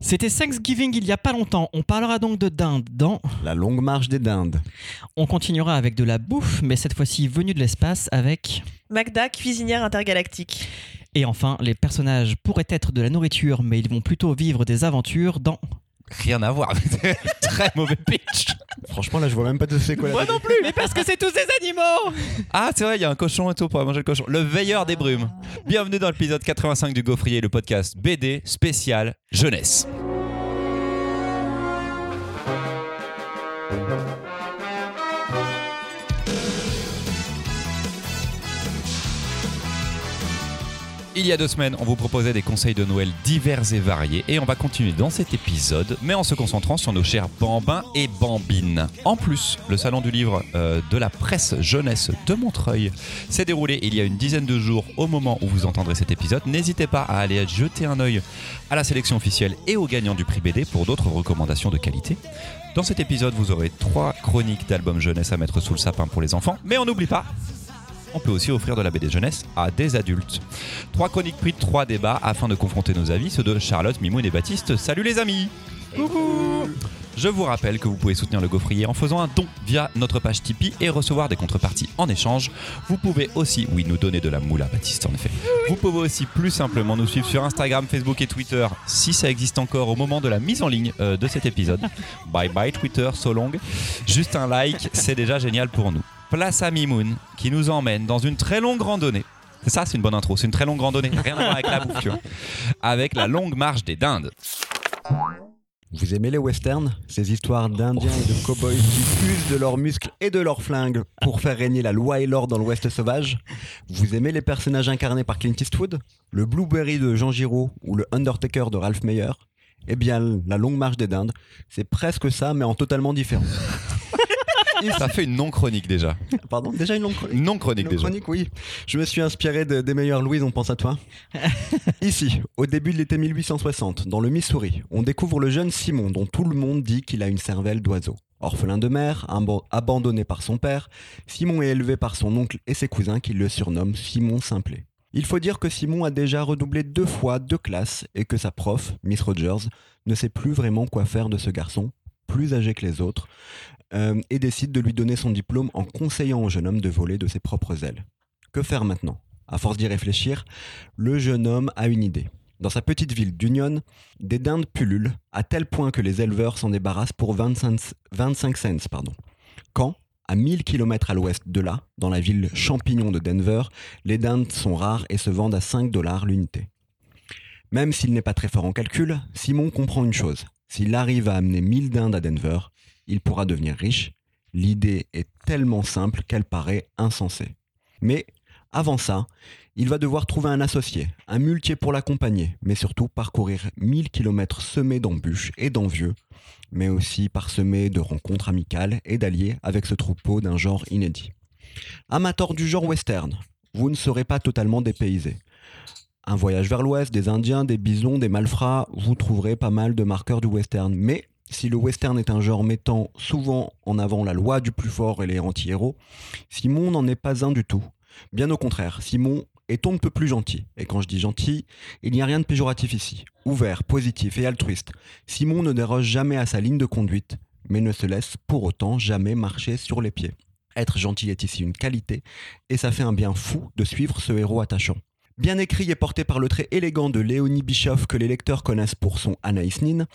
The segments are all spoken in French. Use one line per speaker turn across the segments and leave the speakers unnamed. C'était Thanksgiving il y a pas longtemps. On parlera donc de dinde dans.
La longue marche des dindes.
On continuera avec de la bouffe, mais cette fois-ci venue de l'espace avec.
Magda, cuisinière intergalactique.
Et enfin, les personnages pourraient être de la nourriture, mais ils vont plutôt vivre des aventures dans.
Rien à voir. Très mauvais pitch.
Franchement, là, je vois même pas de c'est quoi la
Bah non plus Mais parce que c'est tous des animaux
Ah, c'est vrai, il y a un cochon et tout pour manger le cochon. Le veilleur des brumes. Bienvenue dans l'épisode 85 du Gaufrier, le podcast BD spécial jeunesse. Il y a deux semaines, on vous proposait des conseils de Noël divers et variés et on va continuer dans cet épisode, mais en se concentrant sur nos chers bambins et bambines. En plus, le salon du livre euh, de la presse jeunesse de Montreuil s'est déroulé il y a une dizaine de jours au moment où vous entendrez cet épisode. N'hésitez pas à aller jeter un œil à la sélection officielle et aux gagnants du prix BD pour d'autres recommandations de qualité. Dans cet épisode, vous aurez trois chroniques d'albums jeunesse à mettre sous le sapin pour les enfants, mais on n'oublie pas on peut aussi offrir de la BD jeunesse à des adultes. Trois chroniques prix, trois débats afin de confronter nos avis, ceux de Charlotte, Mimoun et Baptiste. Salut les amis Coucou je vous rappelle que vous pouvez soutenir le gaufrier en faisant un don via notre page Tipeee et recevoir des contreparties en échange. Vous pouvez aussi, oui, nous donner de la moule à Baptiste en effet. Vous pouvez aussi plus simplement nous suivre sur Instagram, Facebook et Twitter si ça existe encore au moment de la mise en ligne euh, de cet épisode. Bye bye Twitter, so long. Juste un like, c'est déjà génial pour nous. Place à Mimoun qui nous emmène dans une très longue randonnée. C'est ça, c'est une bonne intro, c'est une très longue randonnée, rien à voir avec la bouffe, tu vois. Avec la longue marche des dindes.
Vous aimez les westerns Ces histoires d'indiens et de cow-boys qui usent de leurs muscles et de leurs flingues pour faire régner la loi et l'or dans l'Ouest sauvage Vous aimez les personnages incarnés par Clint Eastwood Le Blueberry de Jean Giraud ou le Undertaker de Ralph Meyer Eh bien, la longue marche des dindes, c'est presque ça, mais en totalement différent.
Ça fait une non-chronique déjà.
Pardon Déjà une longue chronique
Non-chronique
Nos
déjà.
chroniques, oui. Je me suis inspiré de- des meilleures Louise, on pense à toi. Ici, au début de l'été 1860, dans le Missouri, on découvre le jeune Simon dont tout le monde dit qu'il a une cervelle d'oiseau. Orphelin de mère, abo- abandonné par son père, Simon est élevé par son oncle et ses cousins qui le surnomment Simon Simplet. Il faut dire que Simon a déjà redoublé deux fois deux classes et que sa prof, Miss Rogers, ne sait plus vraiment quoi faire de ce garçon, plus âgé que les autres, euh, et décide de lui donner son diplôme en conseillant au jeune homme de voler de ses propres ailes. Que faire maintenant À force d'y réfléchir, le jeune homme a une idée. Dans sa petite ville d'Union, des dindes pullulent à tel point que les éleveurs s'en débarrassent pour 25, 25 cents. Pardon. Quand, à 1000 km à l'ouest de là, dans la ville champignon de Denver, les dindes sont rares et se vendent à 5 dollars l'unité. Même s'il n'est pas très fort en calcul, Simon comprend une chose. S'il arrive à amener 1000 dindes à Denver, il pourra devenir riche. L'idée est tellement simple qu'elle paraît insensée. Mais avant ça, il va devoir trouver un associé, un muletier pour l'accompagner, mais surtout parcourir 1000 km semés d'embûches et d'envieux, mais aussi parsemés de rencontres amicales et d'alliés avec ce troupeau d'un genre inédit. Amateur du genre western, vous ne serez pas totalement dépaysé. Un voyage vers l'ouest, des Indiens, des bisons, des malfrats, vous trouverez pas mal de marqueurs du western. Mais si le western est un genre mettant souvent en avant la loi du plus fort et les anti-héros, Simon n'en est pas un du tout. Bien au contraire, Simon est on ne peut plus gentil. Et quand je dis gentil, il n'y a rien de péjoratif ici. Ouvert, positif et altruiste, Simon ne déroge jamais à sa ligne de conduite, mais ne se laisse pour autant jamais marcher sur les pieds. Être gentil est ici une qualité, et ça fait un bien fou de suivre ce héros attachant. Bien écrit et porté par le trait élégant de Léonie Bischoff que les lecteurs connaissent pour son Anaïs Nin,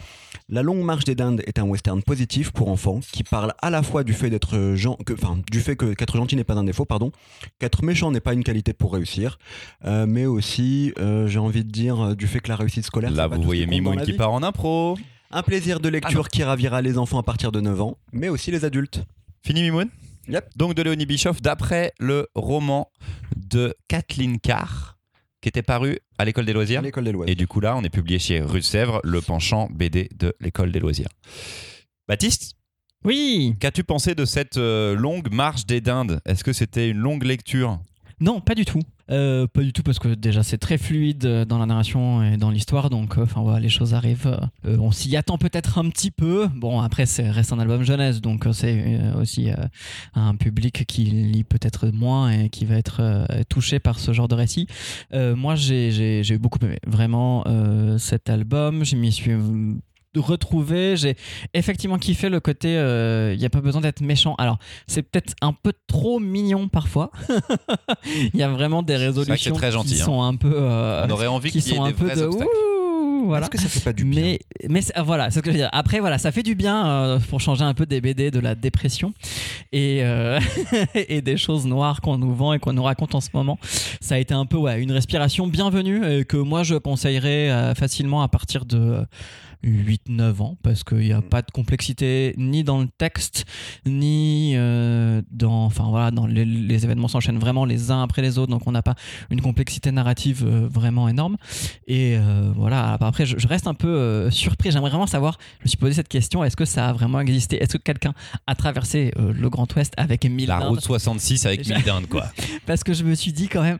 La Longue Marche des Dindes est un western positif pour enfants qui parle à la fois du fait d'être gen- que, enfin, du fait que qu'être gentil n'est pas un défaut, pardon, qu'être méchant n'est pas une qualité pour réussir, euh, mais aussi, euh, j'ai envie de dire, euh, du fait que la réussite scolaire.
Là,
c'est pas
vous
tout ce
voyez
qui compte dans
Mimoun
la
qui
vie.
part en impro.
Un plaisir de lecture qui ravira les enfants à partir de 9 ans, mais aussi les adultes.
Fini Mimoun
Yep.
Donc de Léonie Bischoff, d'après le roman de Kathleen Carr, qui était paru à l'école des
à
loisirs.
l'école des lois.
Et du coup là, on est publié chez Rue de Sèvres, le penchant BD de l'école des loisirs. Baptiste,
Oui
qu'as-tu pensé de cette euh, longue marche des dindes Est-ce que c'était une longue lecture
Non, pas du tout. Euh, pas du tout, parce que déjà c'est très fluide euh, dans la narration et dans l'histoire, donc euh, enfin voilà, les choses arrivent. euh, euh, on s'y attend peut-être un petit peu. Bon, après, c'est reste un album jeunesse, donc euh, c'est euh, aussi euh, un public qui lit peut-être moins et qui va être euh, touché par ce genre de récit. Euh, moi, j'ai j'ai- j'ai beaucoup aimé vraiment euh, cet album. Je m'y suis euh, retrouvé. J'ai effectivement kiffé le côté. Il n'y a pas besoin d'être méchant. Alors, c'est peut-être un peu trop mignon parfois. Il y a vraiment des
vrai que c'est
résolutions
très gentil,
qui
hein.
sont un peu. euh,
On aurait envie
qui
qu'il y ait
sont un
des
peu
vrais
de.
obstacles.
Ouh, voilà.
Est-ce que ça fait pas du bien
Mais, mais c'est- ah, voilà, c'est ce que je veux dire. Après, voilà, ça fait du bien euh, pour changer un peu des BD de la dépression et, euh, et des choses noires qu'on nous vend et qu'on nous raconte en ce moment. Ça a été un peu ouais, une respiration bienvenue et que moi je conseillerais euh, facilement à partir de. 8-9 ans parce qu'il
Mm.
n'y a pas de complexité ni dans le texte ni euh, dans enfin voilà dans les, les événements s'enchaînent vraiment les uns après les autres donc on n'a pas une complexité narrative euh, vraiment énorme et euh, voilà après je, je reste un peu euh, surpris j'aimerais vraiment savoir je me suis posé cette question est-ce que ça a vraiment existé est-ce que quelqu'un a traversé euh, le Grand Ouest avec mille
La
dindes
route 66 avec
Déjà.
mille dindes, quoi.
parce que je me suis dit quand même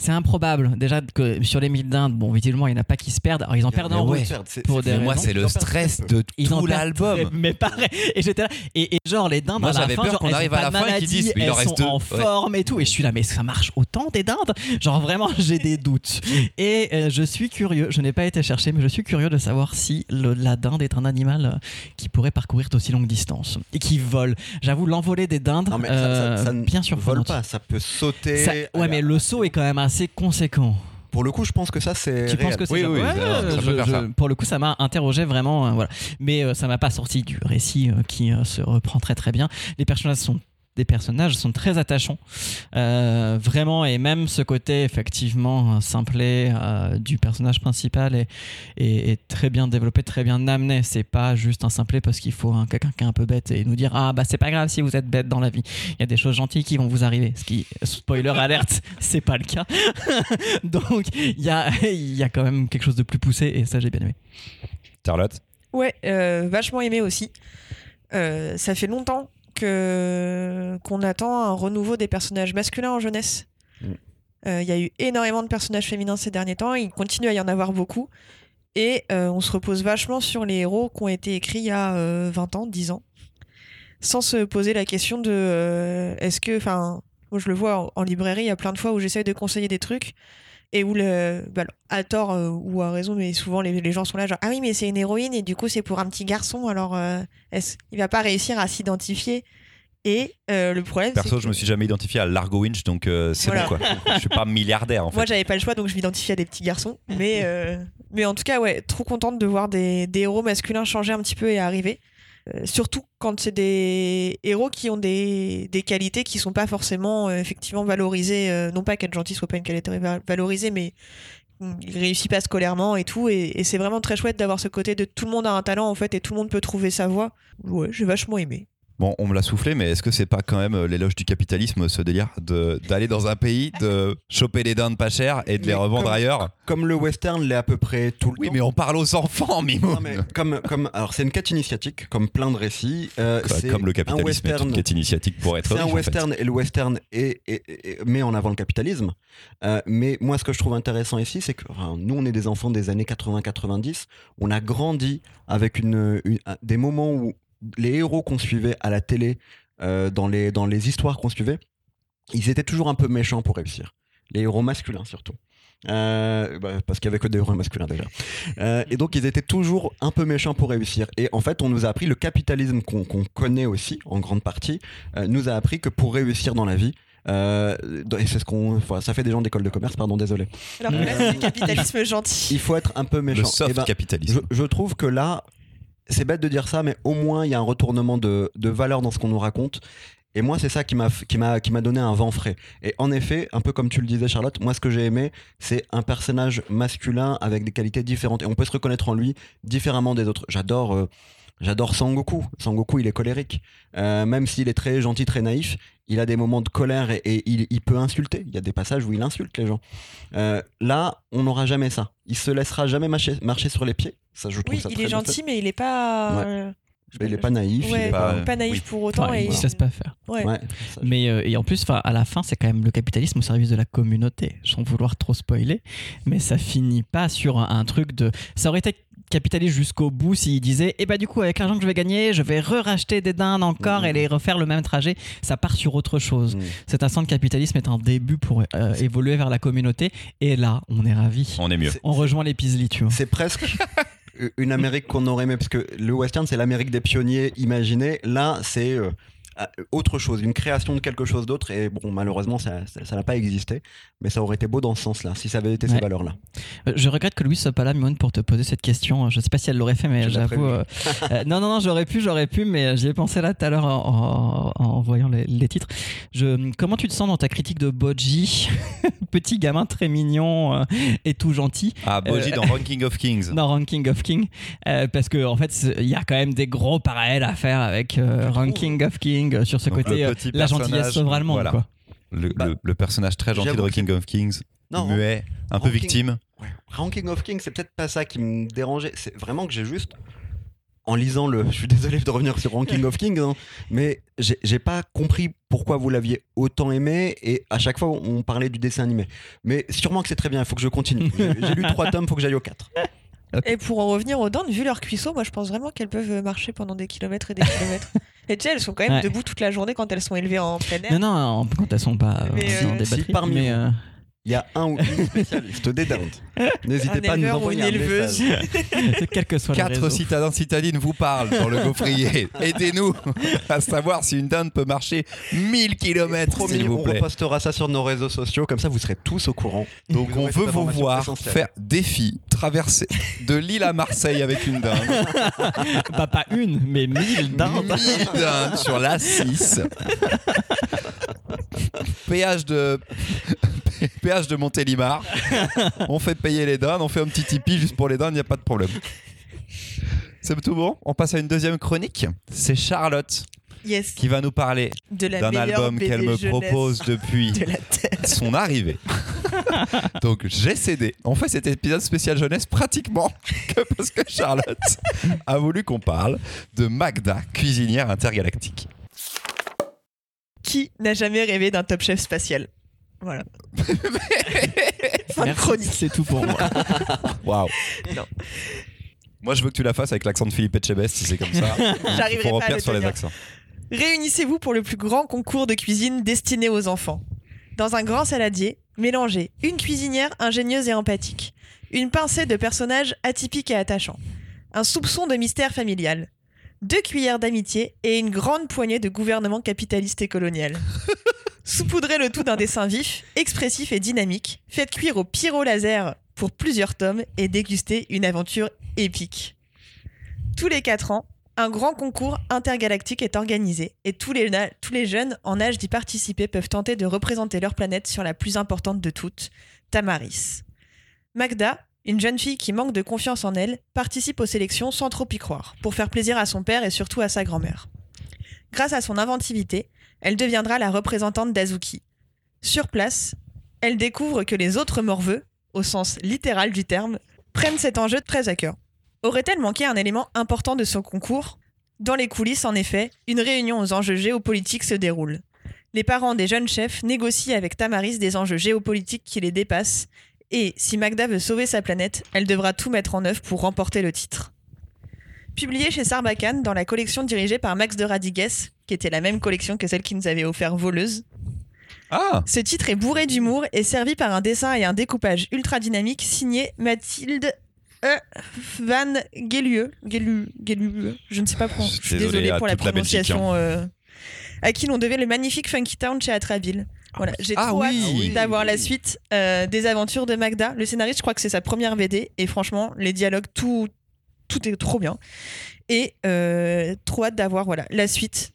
c'est improbable déjà que sur les mille dindes bon visiblement il n'y en a pas qui se perdent alors ils en perdent en route pour des
Mais moi,
raisons.
c'est le stress de
Ils en
tout
perdent
l'album.
très- Mais pareil. Et j'étais là. Et, et genre, les dindes,
Moi,
à la
j'avais
fin,
peur
genre,
qu'on
elles
arrive
ont pas
à la
de
fin et qu'ils
maladie,
disent, mais il
elles
en reste
sont
deux.
en
Ouais.
forme et tout. Et je suis là, mais ça marche autant des dindes Genre, vraiment, j'ai des doutes. Et euh, je suis curieux. Je n'ai pas été chercher, mais je suis curieux de savoir si le- la dinde est un animal euh, qui pourrait parcourir d'aussi longues distances. Et qui vole. J'avoue, l'envoler des dindes, euh,
Non, mais ça, ça- ça ne
bien sûr,
Euh, vole pas, ça peut sauter.
ouais, mais le saut est quand même assez conséquent.
Pour le coup, je pense que ça, c'est.
Tu penses
réel.
que c'est
Oui,
genre-
oui,
Ouais,
ça- ça
je-
peut faire
je-
ça.
Pour le coup, ça m'a interrogé vraiment, euh, voilà. Mais euh, ça m'a pas sorti du récit euh, qui euh, se reprend très très bien. Les personnages sont des personnages sont très attachants, Euh, vraiment, et même ce côté effectivement euh, simplé euh, du personnage principal est, est- est très bien développé, très bien amené. C'est pas juste un simplé parce qu'il faut un- quelqu'un qui est un peu bête et nous dire ah bah c'est pas grave si vous êtes bête dans la vie, il y a des choses gentilles qui vont vous arriver. Ce qui spoiler alerte, c'est pas le cas. Donc, il y a, il y a quand même quelque chose de plus poussé et ça, j'ai bien aimé.
Charlotte
Ouais, euh, vachement aimé aussi. Euh, ça fait longtemps que qu'on attend un renouveau des personnages masculins en jeunesse.
Mm.
Euh, Il y a eu énormément de personnages féminins ces derniers temps, il continue à y en avoir beaucoup. Et euh, on se repose vachement sur les héros qui ont été écrits il y a euh, 20 ans, 10 ans, sans se poser la question de euh, est-ce que, enfin, moi je le vois en, en librairie, il y a plein de fois où j'essaye de conseiller des trucs et où le bah, alors, à tort euh, ou à raison mais souvent les, les gens sont là genre ah oui mais c'est une héroïne et du coup c'est pour un petit garçon alors euh, est-ce- il va pas réussir à s'identifier et euh, le problème c'est
Perso,
que
je me suis jamais identifié à Largo Winch, donc euh, c'est
Voilà.
bon, quoi. Je suis pas milliardaire, en fait.
moi j'avais pas le choix donc je m'identifiais à des petits garçons
Mm.
mais euh, mais en tout cas ouais trop contente de voir des, des héros masculins changer un petit peu et arriver Euh, surtout quand c'est des héros qui ont des, des qualités qui sont pas forcément euh, effectivement valorisées euh, non pas qu'être gentil soit pas une qualité va- valorisée mais il réussit pas scolairement et tout et, et c'est vraiment très chouette d'avoir ce côté de tout le monde a un talent en fait et tout le monde peut trouver sa voie ouais j'ai vachement aimé
Bon, on me l'a soufflé, mais est-ce que c'est pas quand même euh, l'éloge du capitalisme, ce délire de- d'aller dans un pays, de choper les dindes pas chères et de les
Mais
revendre
comme-
ailleurs
Comme le western l'est à peu près tout le
Oui,
temps.
mais on parle aux enfants, Mimo
Non, mais comme, comme, alors c'est une quête initiatique, comme plein de récits. euh,
Quoi,
c'est
Comme le
un
capitalisme est
western
une quête initiatique pour être
C'est
riche,
un
en fait.
western et le western est- est- est- met en avant le capitalisme. Euh, mais moi, ce que je trouve intéressant ici, c'est que enfin, nous, on est des enfants des années 80-90. On a grandi avec une, une- un- des moments où les héros qu'on suivait à la télé, euh, dans, les, dans les histoires qu'on suivait, ils étaient toujours un peu méchants pour réussir. Les héros masculins, surtout. Euh, bah, parce qu'il n'y avait que des héros masculins déjà. Euh, et donc ils étaient toujours un peu méchants pour réussir. Et en fait, on nous a appris le capitalisme qu'on qu'on connaît aussi en grande partie, euh, nous a appris que pour réussir dans la vie, euh, et c'est ce qu'on, voilà, ça fait des gens d'école de commerce, pardon, désolé.
alors que là c'est du capitalisme gentil
Il faut être un peu méchant.
Le
Eh
soft
ben, je,
capitalisme.
je trouve que là, c'est bête de dire ça, mais au moins il y a un retournement de, de valeur dans ce qu'on nous raconte. Et moi, c'est ça qui m'a f- qui m'a qui m'a donné un vent frais. Et en effet, un peu comme tu le disais, Charlotte, moi, ce que j'ai aimé, c'est un personnage masculin avec des qualités différentes. Et on peut se reconnaître en lui différemment des autres. J'adore. euh, J'adore Sangoku. Sangoku, il est colérique. Euh, même s'il est très gentil, très naïf, il a des moments de colère et, et il, il peut insulter. Il y a des passages où il insulte les gens. Euh, là, on n'aura jamais ça. Il se laissera jamais marcher, marcher sur les pieds. Ça, je trouve
oui
ça
il
très
est
bien fait.
gentil mais il est pas
Ouais.
euh,
Il est pas naïf. il
Ouais,
est
pas-
pas naïf
oui.
pour autant.
Enfin,
et
il se laisse pas faire.
Ouais.
Ouais.
Mais euh, et en plus, 'fin, à la fin, c'est quand même le capitalisme au service de la communauté, sans vouloir trop spoiler. Mais ça finit pas sur un, un truc de. Ça aurait été capitaliste jusqu'au bout s'il disait Eh bah, du coup, avec l'argent que je vais gagner, je vais re-racheter des dindes encore
Mhm.
et les refaire le même trajet. Ça part sur autre chose.
Mm.
Cet instant de capitalisme est un début pour euh, évoluer vers la communauté. Et là, on est ravis.
On est mieux.
On rejoint les Pisli, tu vois.
C'est presque une Amérique qu'on aurait aimé, parce que le western, c'est l'Amérique des pionniers imaginés. Là, c'est euh, ah, autre chose, une création de quelque chose d'autre. Et bon, malheureusement, ça ça- ça n'a pas existé. Mais ça aurait été beau dans ce sens-là, si ça avait été
Ouais.
ces valeurs-là.
Euh, Je regrette que Louis soit pas là, Mimone, pour te poser cette question. Je sais pas si elle l'aurait fait, mais
Tu l'as
j'avoue.
prévu.
euh, euh, non, non, non, j'aurais pu, j'aurais pu, mais euh, j'y ai pensé là tout à l'heure en, en- en voyant les, les titres. Je, comment tu te sens dans ta critique de Bodji Petit gamin très mignon euh, et tout gentil.
Ah, Bogie
Euh,
dans Ranking of Kings.
Dans Ranking of King, euh, parce que en fait, c'est- il y a quand même des gros parallèles à faire avec euh, Ranking of King euh, sur ce
Donc,
côté
le
euh,
petit
la
personnage,
gentillesse sauve allemande.
voilà.
quoi.
Le,
Bah,
le- le personnage très gentil de
j'avoue que
Ranking of Kings,
Non,
muet, un peu
Ranking-
victime.
Ouais. Ranking of Kings, c'est peut-être pas ça qui me dérangeait. C'est vraiment que j'ai juste, en lisant le, je suis désolé de revenir sur Ranking of Kings, hein, mais j'ai j'ai pas compris pourquoi vous l'aviez autant aimé. Et à chaque fois, on parlait du dessin animé. Mais sûrement que c'est très bien. Il faut que je continue. J'ai j'ai lu trois tomes, faut que j'aille aux quatre.
Et pour en revenir aux dindes, vu leur cuisson, moi je pense vraiment qu'elles peuvent marcher pendant des kilomètres et des kilomètres. Et tu sais, elles sont quand même
Ouais.
debout toute la journée quand elles sont élevées en plein air.
Non, non, en- quand elles sont pas euh,
Mais,
dans
euh,
des
si
batteries.
parmi
mais,
vous,
euh,
Il y a un ou une spécialiste des dindes. N'hésitez
Un
pas à nous
éleveur ou
envoyer
une
un
éleveuse.
message.
quel que soit le
Quatre
réseau.
citadins citadines vous parlent dans le gaufrier. Aidez-nous à savoir si une dinde peut marcher 1000 km,
Promis,
s'il vous
on
plaît.
repostera ça sur nos réseaux sociaux, comme ça vous serez tous au courant.
Donc
Vous
on
aurez
veut
cette
vous
information
voir
essentielle.
faire défi, traverser de Lille à Marseille avec une dinde.
Bah, pas une, mais mille dindes.
1000 dindes sur la 6. Péage de péage de Montélimar. On fait payer les dindes, on fait un petit tipi juste pour les dindes, il n'y a pas de problème. C'est tout bon On passe à une deuxième chronique. C'est Charlotte
Yes.
qui va nous parler
De la
d'un
meilleure
album
BD
qu'elle me
jeunesse
propose depuis
de la terre.
son arrivée. Donc j'ai cédé. On fait cet épisode spécial jeunesse pratiquement que parce que Charlotte a voulu qu'on parle de Magda, cuisinière intergalactique.
Qui n'a jamais rêvé d'un top chef spatial Voilà. fin de
Merci,
chronique.
C'est tout pour moi.
Waouh.
Non.
Moi je veux que tu la fasses avec l'accent de Philippe Etchebest si c'est comme ça.
J'arriverai
Faut
pas à
repère
le
sur les
tenir.
accents.
Réunissez-vous pour le plus grand concours de cuisine destiné aux enfants. Dans un grand saladier, mélangez une cuisinière ingénieuse et empathique, une pincée de personnages atypiques et attachants, un soupçon de mystère familial, deux cuillères d'amitié et une grande poignée de gouvernement capitaliste et colonial. Saupoudrez le tout d'un dessin vif, expressif et dynamique, faites cuire au pyro laser pour plusieurs tomes et dégustez une aventure épique. Tous les quatre ans, un grand concours intergalactique est organisé et tous les, na- tous les jeunes en âge d'y participer peuvent tenter de représenter leur planète sur la plus importante de toutes, Tamaris. Magda, une jeune fille qui manque de confiance en elle, participe aux sélections sans trop y croire, pour faire plaisir à son père et surtout à sa grand-mère. Grâce à son inventivité, elle deviendra la représentante d'Azuki. Sur place, elle découvre que les autres morveux, au sens littéral du terme, prennent cet enjeu très à cœur. Aurait-elle manqué un élément important de son concours Dans les coulisses, en effet, une réunion aux enjeux géopolitiques se déroule. Les parents des jeunes chefs négocient avec Tamaris des enjeux géopolitiques qui les dépassent, et si Magda veut sauver sa planète, elle devra tout mettre en œuvre pour remporter le titre. Publié chez Sarbacane dans la collection dirigée par Max de Radigues, qui était la même collection que celle qui nous avait offert Voleuse,
Ah
ce titre est bourré d'humour et servi par un dessin et un découpage ultra dynamique signé Mathilde E. Van Gelue. Gelu, Gelu- je ne sais pas prononcer.
Je suis
Je suis
désolé
désolée
à
pour la
toute la Belgique, hein.
prononciation. euh, à qui l'on devait le magnifique Funky Town chez Atrabile. Voilà, j'ai
Ah
trop
oui.
hâte
Ah oui,
d'avoir
oui,
la
oui.
suite euh, des aventures de Magda. Le scénariste, je crois que c'est sa première BD et franchement, les dialogues, tout, tout est trop bien. Et euh, trop hâte d'avoir voilà, la suite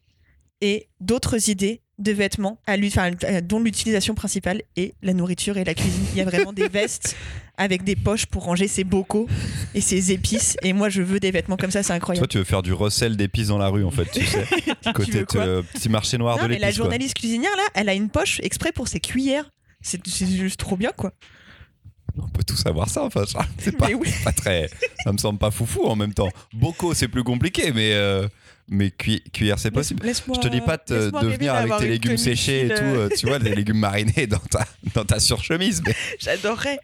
et d'autres idées de vêtements à l'ut- enfin, euh, dont l'utilisation principale est la nourriture et la cuisine. Il y a vraiment des vestes avec des poches pour ranger ses bocaux et ses épices. Et moi, je veux des vêtements comme ça, c'est
Toi
incroyable.
tu veux faire du recel d'épices dans la rue en fait, tu sais.
veux
Côté
quoi
euh, petit marché noir
Non,
de
mais la
l'épice. quoi.
journaliste cuisinière, là, elle a une poche exprès pour ses cuillères. C'est c'est juste trop bien, quoi.
On peut tout savoir ça, enfin, Charles, c'est pas,
Mais oui.
c'est pas très. Ça me semble pas foufou en même temps. Bocaux, c'est plus compliqué, mais, euh, mais cui- cuillère, c'est possible.
Laisse-moi-
Je te dis pas de,
laisse-moi
de
rêver
venir avec
d'avoir
tes
une
légumes
tenue
séchés et
style,
tout,
euh,
euh, tu vois, des légumes marinés dans ta, dans ta surchemise. mais-
euh, J'adorerais.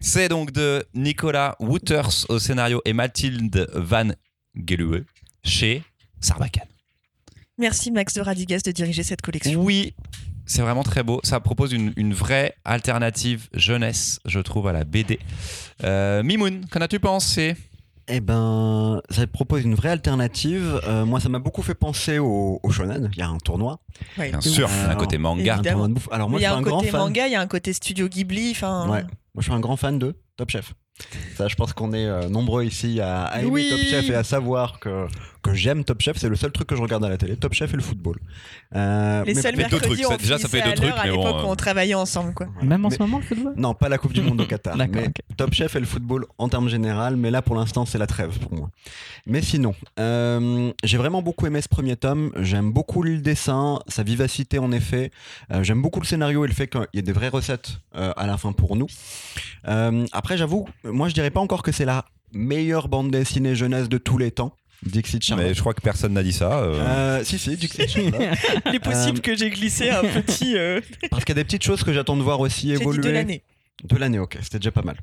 C'est donc de Nicolas Wouters au scénario et Mathilde Van Gelue chez Sarbacane.
Merci Max de Radigas de diriger cette collection.
Oui, c'est vraiment très beau. Ça propose une, une vraie alternative jeunesse, je trouve, à la BD. Euh, Mimoun, qu'en as-tu pensé
Eh ben, ça propose une vraie alternative. Euh, moi, ça m'a beaucoup fait penser au, au shonen. Il y a un tournoi.
Ouais.
Bien sûr,
Alors,
un côté manga.
Un
Évidemment.
tournoi de bouffe. Alors
Mais
moi,
il y
je
a
suis
un,
un grand
côté
fan.
manga, hein. il y a un côté studio Ghibli. Enfin,
Ouais. Moi, je suis un grand fan de Top Chef. Ça, je pense qu'on est euh, nombreux ici à, à aimer
Oui.
Top Chef et à savoir que, que j'aime Top Chef. C'est le seul truc que je regarde à la télé. Top Chef et le football. Euh,
les
mais-
seuls
fait deux
mercredis,
trucs,
on
Ah, ça, déjà, ça fait
finissait
deux
à l'heure
trucs,
à
mais bon,
l'époque
euh.
où on travaillait ensemble, quoi.
Voilà.
Même en
Mais-
ce moment, le football
Non, pas la Coupe du Monde au Qatar.
D'accord,
mais
ok.
Top Chef et le football en termes général, mais là pour l'instant c'est la trêve pour moi. Mais sinon, euh, j'ai vraiment beaucoup aimé ce premier tome. J'aime beaucoup le dessin, sa vivacité en effet. Euh, J'aime beaucoup le scénario et le fait qu'il y ait des vraies recettes euh, à la fin pour nous. Euh, après, j'avoue, moi je dirais pas encore que c'est la meilleure bande dessinée jeunesse de tous les temps. Dixit
Mais
Charlotte.
je crois que personne n'a dit ça. euh.
Euh, si, si, Dixit Charlotte.
Il est possible
Euh,
que j'ai glissé un petit. euh,
Parce qu'il y a des petites choses que j'attends de voir aussi
J'ai dit
évoluer.
de l'année.
De l'année, ok, c'était déjà pas mal.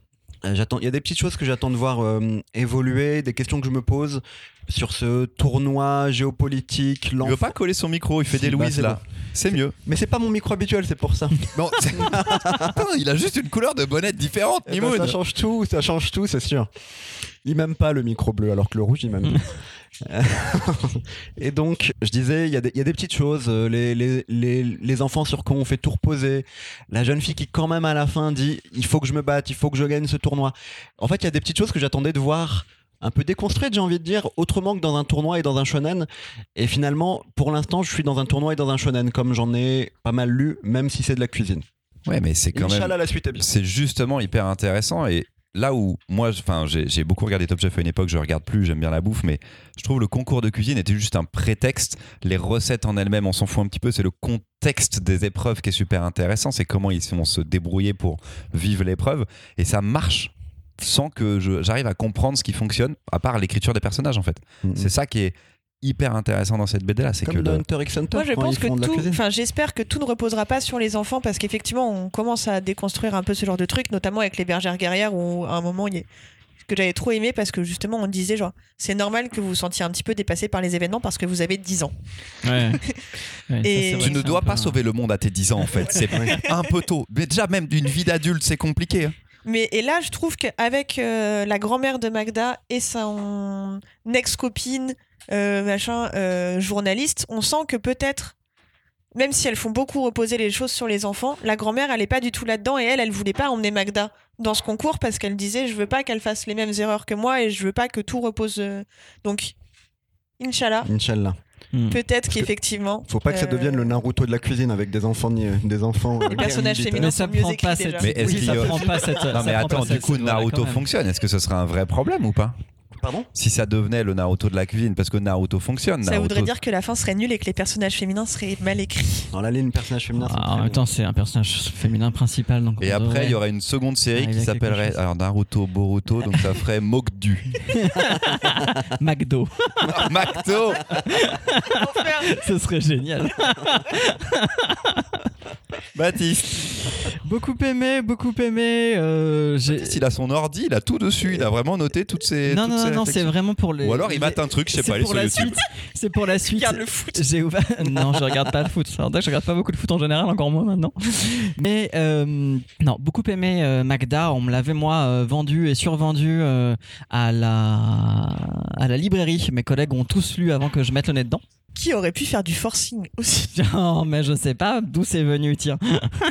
Euh, j'attends- Il y a des petites choses que j'attends de voir euh, évoluer, des questions que je me pose sur ce tournoi géopolitique.
Il veut
l'enfant-
pas coller son micro, il fait
Si,
des
bah,
Louise
c'est
là. C'est mieux.
Mais c'est pas mon micro habituel, c'est pour ça.
Non, c'est- Attends, il a juste une couleur de bonnette différente,
Eh ben,
Mimoun.
ça change tout, ça change tout, c'est sûr. Il m'aime pas le micro bleu, alors que le rouge, il m'aime bien. Euh, Et donc, je disais, il y, a des- il y a des petites choses. euh, Les, les, les, les enfants sur quoi on fait tout reposer. La jeune fille qui, quand même, à la fin, dit il faut que je me batte, il faut que je gagne ce tournoi. En fait, il y a des petites choses que j'attendais de voir un peu déconstruites, j'ai envie de dire, autrement que dans un tournoi et dans un shonen. Et finalement, pour l'instant, je suis dans un tournoi et dans un shonen, comme j'en ai pas mal lu, même si c'est de la cuisine.
Ouais, mais c'est quand même.
Inch'Allah, la suite est bien.
C'est justement hyper intéressant et là où moi, je- enfin, j'ai j'ai beaucoup regardé Top Chef à une époque, je regarde plus, j'aime bien la bouffe, mais je trouve le concours de cuisine était juste un prétexte. Les recettes en elles-mêmes, on s'en fout un petit peu. C'est le contexte des épreuves qui est super intéressant. C'est comment ils vont se débrouiller pour vivre l'épreuve et ça marche sans que je- j'arrive à comprendre ce qui fonctionne, à part l'écriture des personnages en fait. C'est ça qui est hyper intéressant dans cette BD là, c'est que
Comme dans
le-
Hunter x Hunter,
Moi, je
quand
pense
ils
que
font de la
tout.
cuisine.
Enfin, j'espère que tout ne reposera pas sur les enfants parce qu'effectivement, on commence à déconstruire un peu ce genre de truc, notamment avec les bergères guerrières où à un moment, il y a- que j'avais trop aimé parce que justement, on disait genre, c'est normal que vous vous sentiez un petit peu dépassé par les événements parce que vous avez 10 ans.
Ouais. Ouais, ça, c'est vrai
Et-
Tu
que
ne
c'est un
dois
peu
pas
un-
sauver le monde à tes 10 ans en fait, c'est un peu tôt. Mais déjà même d'une vie d'adulte, c'est compliqué. hein.
Mais et là, je trouve qu'avec euh, la grand-mère de Magda et son ex-copine, euh, machin, euh, journaliste, on sent que peut-être, même si elles font beaucoup reposer les choses sur les enfants, la grand-mère, elle est pas du tout là-dedans et elle, elle voulait pas emmener Magda dans ce concours parce qu'elle disait je veux pas qu'elle fasse les mêmes erreurs que moi et je veux pas que tout repose. euh. Donc, Inch'Allah,
Inch'Allah.
Hmm.
peut-être
que-
qu'effectivement.
Faut pas que ça
euh,
devienne le Naruto de la cuisine avec des enfants ni- des enfants. euh,
Les personnages
militaires.
féminins
Mais
sont
ça
mieux
prend
écrits
pas cette.
déjà.
Mais est-ce
Oui, ça
qu'il y a-
prend pas cette. ça
Non mais
prend pas
attends, du
cette-
coup
voilà, quand
Naruto
même.
fonctionne. Est-ce que ce serait un vrai problème ou pas
Pardon
Si ça devenait le Naruto de la cuisine, parce que Naruto fonctionne.
Ça
Naruto-
voudrait dire que la fin serait nulle et que les personnages féminins seraient mal écrits.
Dans la ligne, personnage féminin. c'est
Ah,
très
en même temps, c'est un personnage féminin principal. Donc
Et
on
après, il y
devrait-
aurait une seconde série
Ah, il y
qui
a quelque
s'appellerait
chose.
alors Naruto Boruto, donc ça ferait Mokdu.
McDo.
Macto
Ce serait génial.
Baptiste
Beaucoup aimé, beaucoup aimé. euh, j'ai-
Baptiste, il a son ordi, il a tout dessus, il a vraiment noté toutes ces.
Non,
toutes
non,
ces
non, non, c'est
réflexions.
vraiment pour les.
Ou alors il mate un truc, je sais
C'est
pas, il est
pour
sur
la
YouTube.
suite. C'est pour la suite.
Regarde le foot.
J'ai ouvert. Non, je regarde pas le foot. C'est vrai que je regarde pas beaucoup de foot en général, encore moins maintenant. Mais euh, non, beaucoup aimé euh, Magda. On me l'avait moi euh, vendu et survendu euh, à la à la librairie. Mes collègues ont tous lu avant que je mette le nez dedans.
Qui aurait pu faire du forcing aussi
Non, mais je sais pas d'où c'est venu, tiens.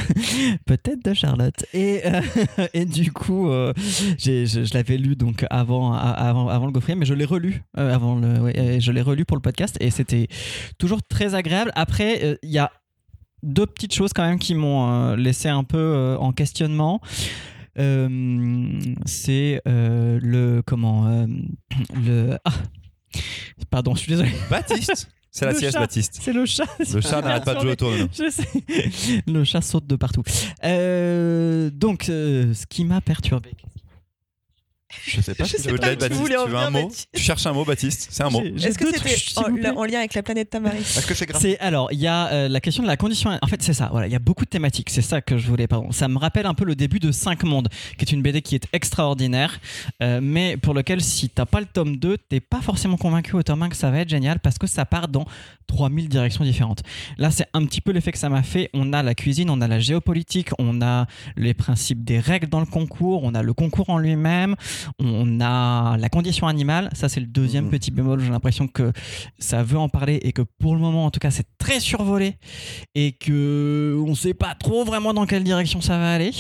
Peut-être de Charlotte. Et, euh, et du coup, euh, j'ai- je, je l'avais lu donc avant, a- avant, avant le gaufrier, mais je l'ai relu euh, avant le, ouais, euh, je l'ai relu pour le podcast et c'était toujours très agréable. Après, euh, il y a deux petites choses quand même qui m'ont euh, laissé un peu euh, en questionnement. Euh, c'est euh, le comment euh, le ah, pardon, je suis désolé.
Baptiste C'est la
Le
sieste,
chat.
Baptiste.
C'est le chat.
Le chat
Ah,
n'arrête pas de jouer autour de nous.
Je sais. Le chat saute de partout. Euh, donc, euh, ce qui m'a perturbé.
Je sais pas.
Je sais
Tu veux de
pas
l'aide,
où tu
Baptiste
voulais en
Tu veux un
venir,
mot
mais tu-
Tu cherches un mot, Baptiste C'est un mot.
J'ai- j'ai
Est-ce que
deux trucs,
c'était
s'il
en,
vous plaît.
en lien avec la planète Tamaris
Est-ce que c'est grave
C'est alors il y a euh, la question de la condition. En fait c'est ça. Voilà il y a beaucoup de thématiques. C'est ça que je voulais. Pardon. Ça me rappelle un peu le début de 5 mondes, qui est une BD qui est extraordinaire, euh, mais pour lequel si t'as pas le tome 2, t'es pas forcément convaincu au tome 1 que ça va être génial parce que ça part dans 3000 directions différentes. Là c'est un petit peu l'effet que ça m'a fait. On a la cuisine, on a la géopolitique, on a les principes des règles dans le concours, on a le concours en lui-même, on a la condition animale. Ça c'est le deuxième
Mhm.
petit bémol. J'ai l'impression que ça veut en parler et que pour le moment en tout cas c'est très survolé et que on sait pas trop vraiment dans quelle direction ça va aller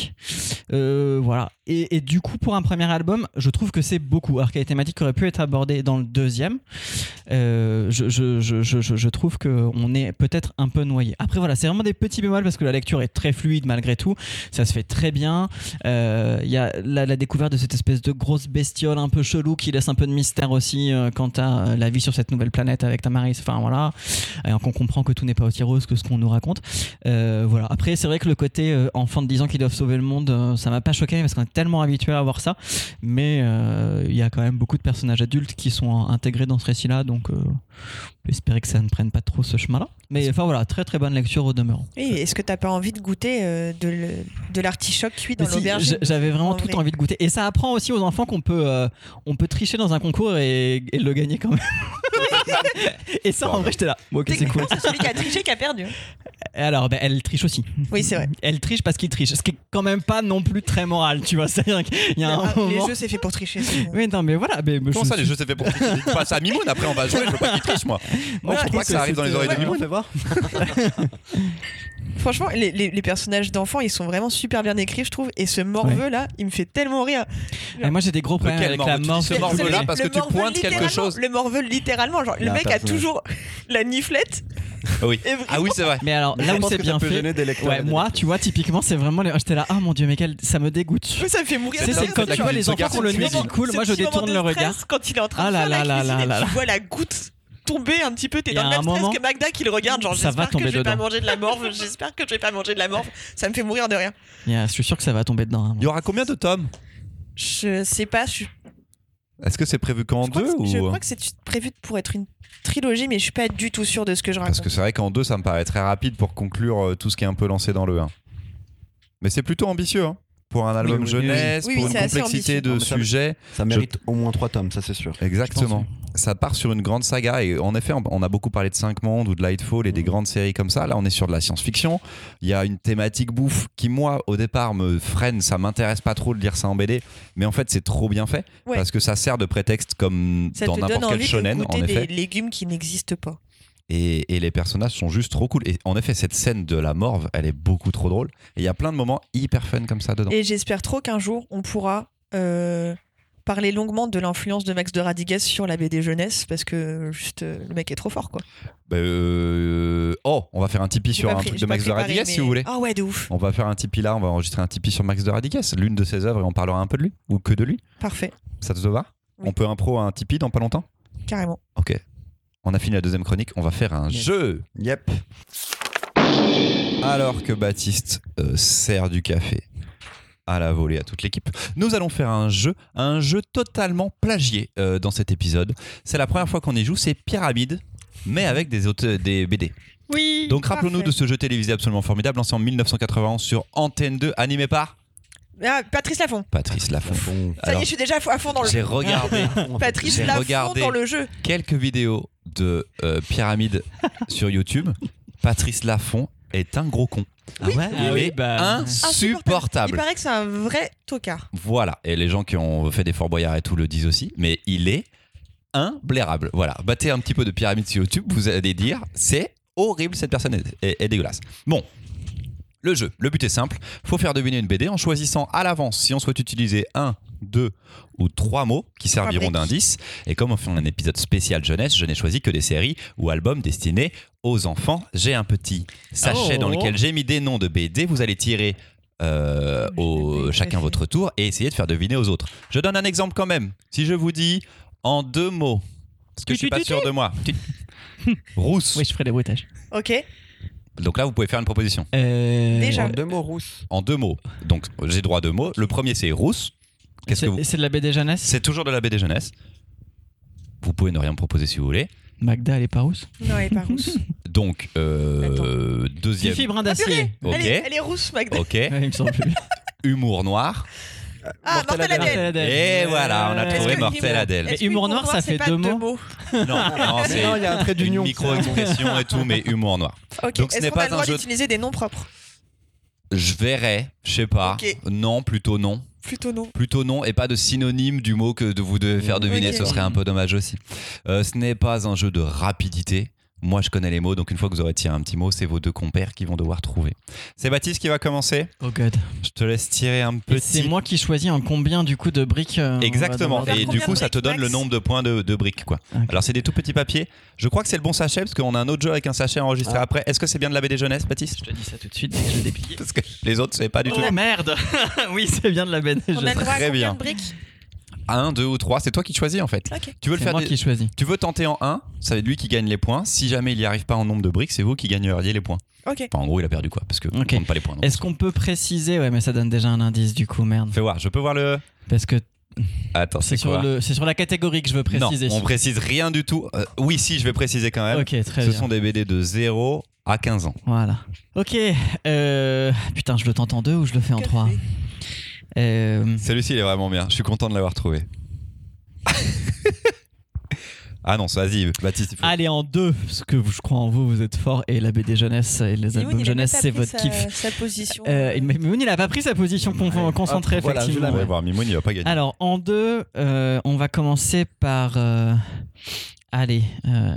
Euh, voilà et, et du coup pour un premier album je trouve que c'est beaucoup alors qu'il y a des thématiques qui auraient pu être abordées dans le deuxième euh, je, je, je, je, je- je trouve qu'on est peut-être un peu noyé après voilà c'est vraiment des petits bémols parce que la lecture est très fluide malgré tout ça se fait très bien euh, il y a la, la découverte de cette espèce de grosse bestiole un peu chelou qui laisse un peu de mystère aussi euh, quant à euh, la vie sur cette nouvelle planète avec Tamaris. Enfin voilà, alors qu'on comprend que tout n'est pas aussi rose que ce qu'on nous raconte. Euh, voilà. Après, c'est vrai que le côté euh, enfant de 10 ans qui doivent sauver le monde, euh, ça m'a pas choqué parce qu'on est tellement habitué à voir ça. Mais euh, il y a quand même beaucoup de personnages adultes qui sont euh, intégrés dans ce récit-là, donc euh, on peut espérer que ça ne prenne pas trop ce chemin-là. Mais enfin voilà, très très bonne lecture au demeurant.
Oui, est-ce que t'as pas envie de goûter euh, de le- de l'artichoc cuit dans
Mais si,
l'auberge
j'a- J'avais vraiment
En
tout
vrai.
envie de goûter. Et ça apprend aussi aux enfants qu'on peut, euh, on peut tricher dans un concours et, et le gagner quand même. et ça, en vrai, j'étais là. Bon, ok, c'est cool.
C'est celui qui a triché qui a perdu. hein.
Et alors, ben, elle triche aussi.
Oui, c'est vrai.
Elle triche parce qu'il triche. Ce qui est quand même pas non plus très moral, tu vois. C'est-à-dire qu'il y a un
Ah, les
moment.
jeux, c'est fait pour tricher. c'est bon.
Oui, non, mais voilà. Mais,
Comment ça, les jeux, c'est fait pour qui Dites Pas ça à Mimoun, après on va jouer, je veux pas qu'il triche, moi. Moi, je
Voilà,
trouve pas que
et
ça
c'est-
arrive dans les
c'était-
oreilles de
ouais.
Mimoun.
Fais voir.
Franchement, les, les- les personnages d'enfants, ils sont vraiment super bien écrits, je trouve. Et ce morveux-là, il me fait tellement rire.
Et Eh, moi, j'ai des gros problèmes
Lequel
avec
morve
la
Tu dis
mort.
ce
de-
morveux-là,
Le mec-
parce
le
que tu
morveux,
pointes quelque
littéralement,
chose.
Le morveux, littéralement. Genre,
Il y
le
a un
mec a
personnage.
toujours la niflette.
Oui.
Et vraiment-
Ah oui, c'est vrai.
Mais alors, là
Je
où
pense
c'est
que
bien
ça peut
fait.
gêner des lecteurs et
Ouais,
des
moi,
lectrices.
tu vois, typiquement, c'est vraiment. les- J'étais là, ah mon dieu, mais quel- ça me dégoûte.
Oui, ça me fait mourir.
Tu sais,
ça,
c'est
c'est
quand
de la
tu vois les
cuisine
enfants qui ont le
de
nez
garçon.
qui coule, moi je détourne le regard.
Quand il est en train
Ah
de
là
faire la
là là
cuisine
là
et
là là.
tu vois la goutte tomber un petit peu. T'es
Et
dans
à
le
un
même stress
moment,
que Magda qui le regarde. Genre,
ça va
j'espère que
tomber
je vais pas
dedans.
manger de la morve. J'espère que je vais pas manger de la morve. Ça me fait mourir de rien.
Yeah, je suis sûr que ça va tomber dedans. hein.
Il y aura combien de tomes
Je sais pas. Je, suis-
Est-ce que c'est prévu qu'en
je crois,
deux
que, je
ou
crois que c'est prévu pour être une trilogie, mais je suis pas du tout sûre de ce que je raconte.
Parce que c'est vrai qu'en deux, ça me paraît très rapide pour conclure euh, tout ce qui est un peu lancé dans le 1. Mais c'est plutôt ambitieux, hein, pour un album
oui, oui,
jeunesse,
oui. Oui,
pour
oui,
une
c'est assez
complexité
ambitieux.
de
Non, mais ça-
sujet.
Ça mérite au moins trois tomes, ça c'est sûr.
Exactement. Ça part sur une grande saga et en effet, on- on a beaucoup parlé de Cinq Mondes ou de Lightfall
Mmh.
et des grandes séries comme ça. Là, on est sur de la science-fiction. Il y a une thématique bouffe qui, moi, au départ, me freine. Ça m'intéresse pas trop de lire ça en BD, mais en fait, c'est trop bien fait
Ouais.
parce que ça sert de prétexte comme
ça
dans
te donne
n'importe quel
envie
shonen,
de
en
goûter
effet.
des légumes qui n'existent pas.
Et, et les personnages sont juste trop cool. Et en effet, cette scène de la morve, elle est beaucoup trop drôle. Et il y a plein de moments hyper fun comme ça dedans.
Et j'espère trop qu'un jour, on pourra euh, parler longuement de l'influence de Max de Radiguez sur la BD jeunesse, parce que juste, euh, le mec est trop fort, quoi.
Bah, euh, Oh, on va faire un Tipeee
J'ai
sur
pas
un
pré-
truc
j'ai
de
pas
Max de
préparé,
Radiguez, si
mais-
vous voulez.
Ah ouais, de ouf.
On va faire un Tipeee là, on va enregistrer un Tipeee sur Max de Radiguez, l'une de ses œuvres, et on parlera un peu de lui, ou que de lui.
Parfait,
Ça te va
Oui.
On peut impro un Tipeee dans pas longtemps
carrément.
Ok. On a fini la deuxième chronique, on va faire un
Yes.
jeu.
Yep.
Alors que Baptiste euh, sert du café à la volée à toute l'équipe, nous allons faire un jeu, un jeu totalement plagié euh, dans cet épisode. C'est la première fois qu'on y joue, c'est Pyramide, mais avec des, auteurs, des BD.
Oui.
Donc rappelons-nous de ce jeu télévisé absolument formidable lancé en 1991 sur Antenne 2, animé par
Ah, Patrice Lafont.
Patrice Lafont.
Ça y est, je suis déjà à fond dans le
j'ai
jeu.
regardé
Patrice
j'ai
Lafont
regardé.
dans le jeu.
quelques vidéos de euh, Pyramide sur YouTube. Patrice Lafont est un gros con.
Ah ouais,
Il
Ah oui,
est
bah,
Il
insupportable.
paraît que c'est un vrai tocard.
Voilà, et les gens qui ont fait des Fort Boyard et tout le disent aussi, mais il est imblérable. Voilà, battez un petit peu de pyramide sur YouTube, vous allez dire, c'est horrible, cette personne est, est- est dégueulasse. Bon. Le jeu, le but est simple, faut faire deviner une BD en choisissant à l'avance si on souhaite utiliser un, deux ou trois mots qui serviront
briques.
d'indice. Et comme on fait un épisode spécial jeunesse, je n'ai choisi que des séries ou albums destinés aux enfants. J'ai un petit sachet
Oh.
dans lequel j'ai mis des noms de BD. Vous allez tirer euh,
J'ai des
au,
BD
chacun
préférés.
votre tour et essayer de faire deviner aux autres. Je donne un exemple quand même. Si je vous dis en deux mots, parce que je suis pas sûr de moi. Tu- Rousse.
Oui, je ferai des bruitages.
Ok.
Donc là, vous pouvez faire une proposition
Euh,
Déjà.
En deux mots rousses.
en deux mots. Donc j'ai droit à deux mots. Le premier, c'est rousse. Qu'est-ce
C'est
que vous
c'est de la BD jeunesse
C'est toujours de la BD jeunesse. Vous pouvez ne rien me proposer si vous voulez.
Magda, elle est pas rousse
Non, elle est pas rousse.
Donc euh, deuxième.
Fifi Brin
Ah, purée
d'acier
Ok.
elle, est, elle est rousse, Magda.
Ok.
Ouais, il me semble plus.
Humour noir.
Ah,
Mortel
Mortel
Adèle.
Adèle.
Et voilà, on a
Est-ce
trouvé
que
Mortel
humour-
Adèle.
est-ce
Et humour
qu'humour
noir, ça
c'est
fait
pas
deux mots
Non, non, Ah, c'est
Non, il y a un trait
une
d'union.
micro-expression et tout, mais humour noir.
Ok.
Donc, ce n'est
Est-ce qu'on
pas
a le
un
droit
jeu de-
d'utiliser des noms propres
Je verrai, je sais pas.
Ok.
Non, plutôt non.
Plutôt non.
Plutôt non, et pas de synonyme du mot que de- vous devez faire deviner,
Ok.
ce serait un peu dommage aussi. Euh, ce n'est pas un jeu de rapidité. Moi, je connais les mots, donc une fois que vous aurez tiré un petit mot, c'est vos deux compères qui vont devoir trouver. C'est Baptiste qui va commencer.
Oh god.
Je te laisse tirer un
Et C'est
petit.
moi qui choisis en combien du coup de briques. euh, on va
Exactement.
devoir
Et
faire.
du
Combien
coup,
de
ça te
briques,
donne le
Max
nombre de points de, de briques, quoi.
Ok.
Alors, c'est des tout petits papiers. Je crois que c'est le bon sachet parce qu'on a un autre jeu avec un sachet enregistré
Ah.
après. Est-ce que c'est bien de la BD jeunesse, Baptiste
Je te dis ça tout de suite dès que je l'ai déplié.
Parce que les autres, c'est pas du tout.
Oh merde Oui, c'est bien de la BD
On a le
jeunesse.
droit à
Très bien.
combien de briques
Un, deux ou trois, c'est toi qui choisis en fait.
Ok.
Tu veux le
C'est
faire
moi
des-
qui choisis.
Tu veux tenter en 1, ça va être lui qui gagne les points. Si jamais il n'y arrive pas en nombre de briques, c'est vous qui gagneriez les points.
Ok.
Enfin, en gros, il a perdu quoi Parce que on
Ok.
compte pas les points. donc.
Est-ce qu'on peut préciser Ouais, mais ça donne déjà un indice du coup, merde.
Fais voir, je peux voir le.
Parce que
Attends,
c'est
c'est
sur,
quoi
le... c'est sur la catégorie que je veux préciser.
Non, on précise rien du tout. Euh, oui, si, je vais préciser quand même.
ok, très
Ce
bien.
sont des BD de 0 à 15 ans.
Voilà. Ok. euh, Putain, je le tente en deux ou je le fais en
Café.
trois Euh,
Celui-ci, il est vraiment bien. Je suis content de l'avoir trouvé. ah non, ça, vas-y, Baptiste. il faut-
Allez, en deux, parce que je crois en vous, vous êtes forts. Et la BD jeunesse et les
Mimoun, il
albums
a
jeunesse,
même pas
c'est
pris
votre
sa-
kiff.
Sa position.
Euh, mais Moon, il a pas pris sa position con-
Allez,
Ah,
concentrée,
hop, voilà, je
effectivement.
la
On va
ouais.
voir, Mimoun, il va pas gagner.
Alors, en deux, euh, on va commencer par. euh, Allez, euh,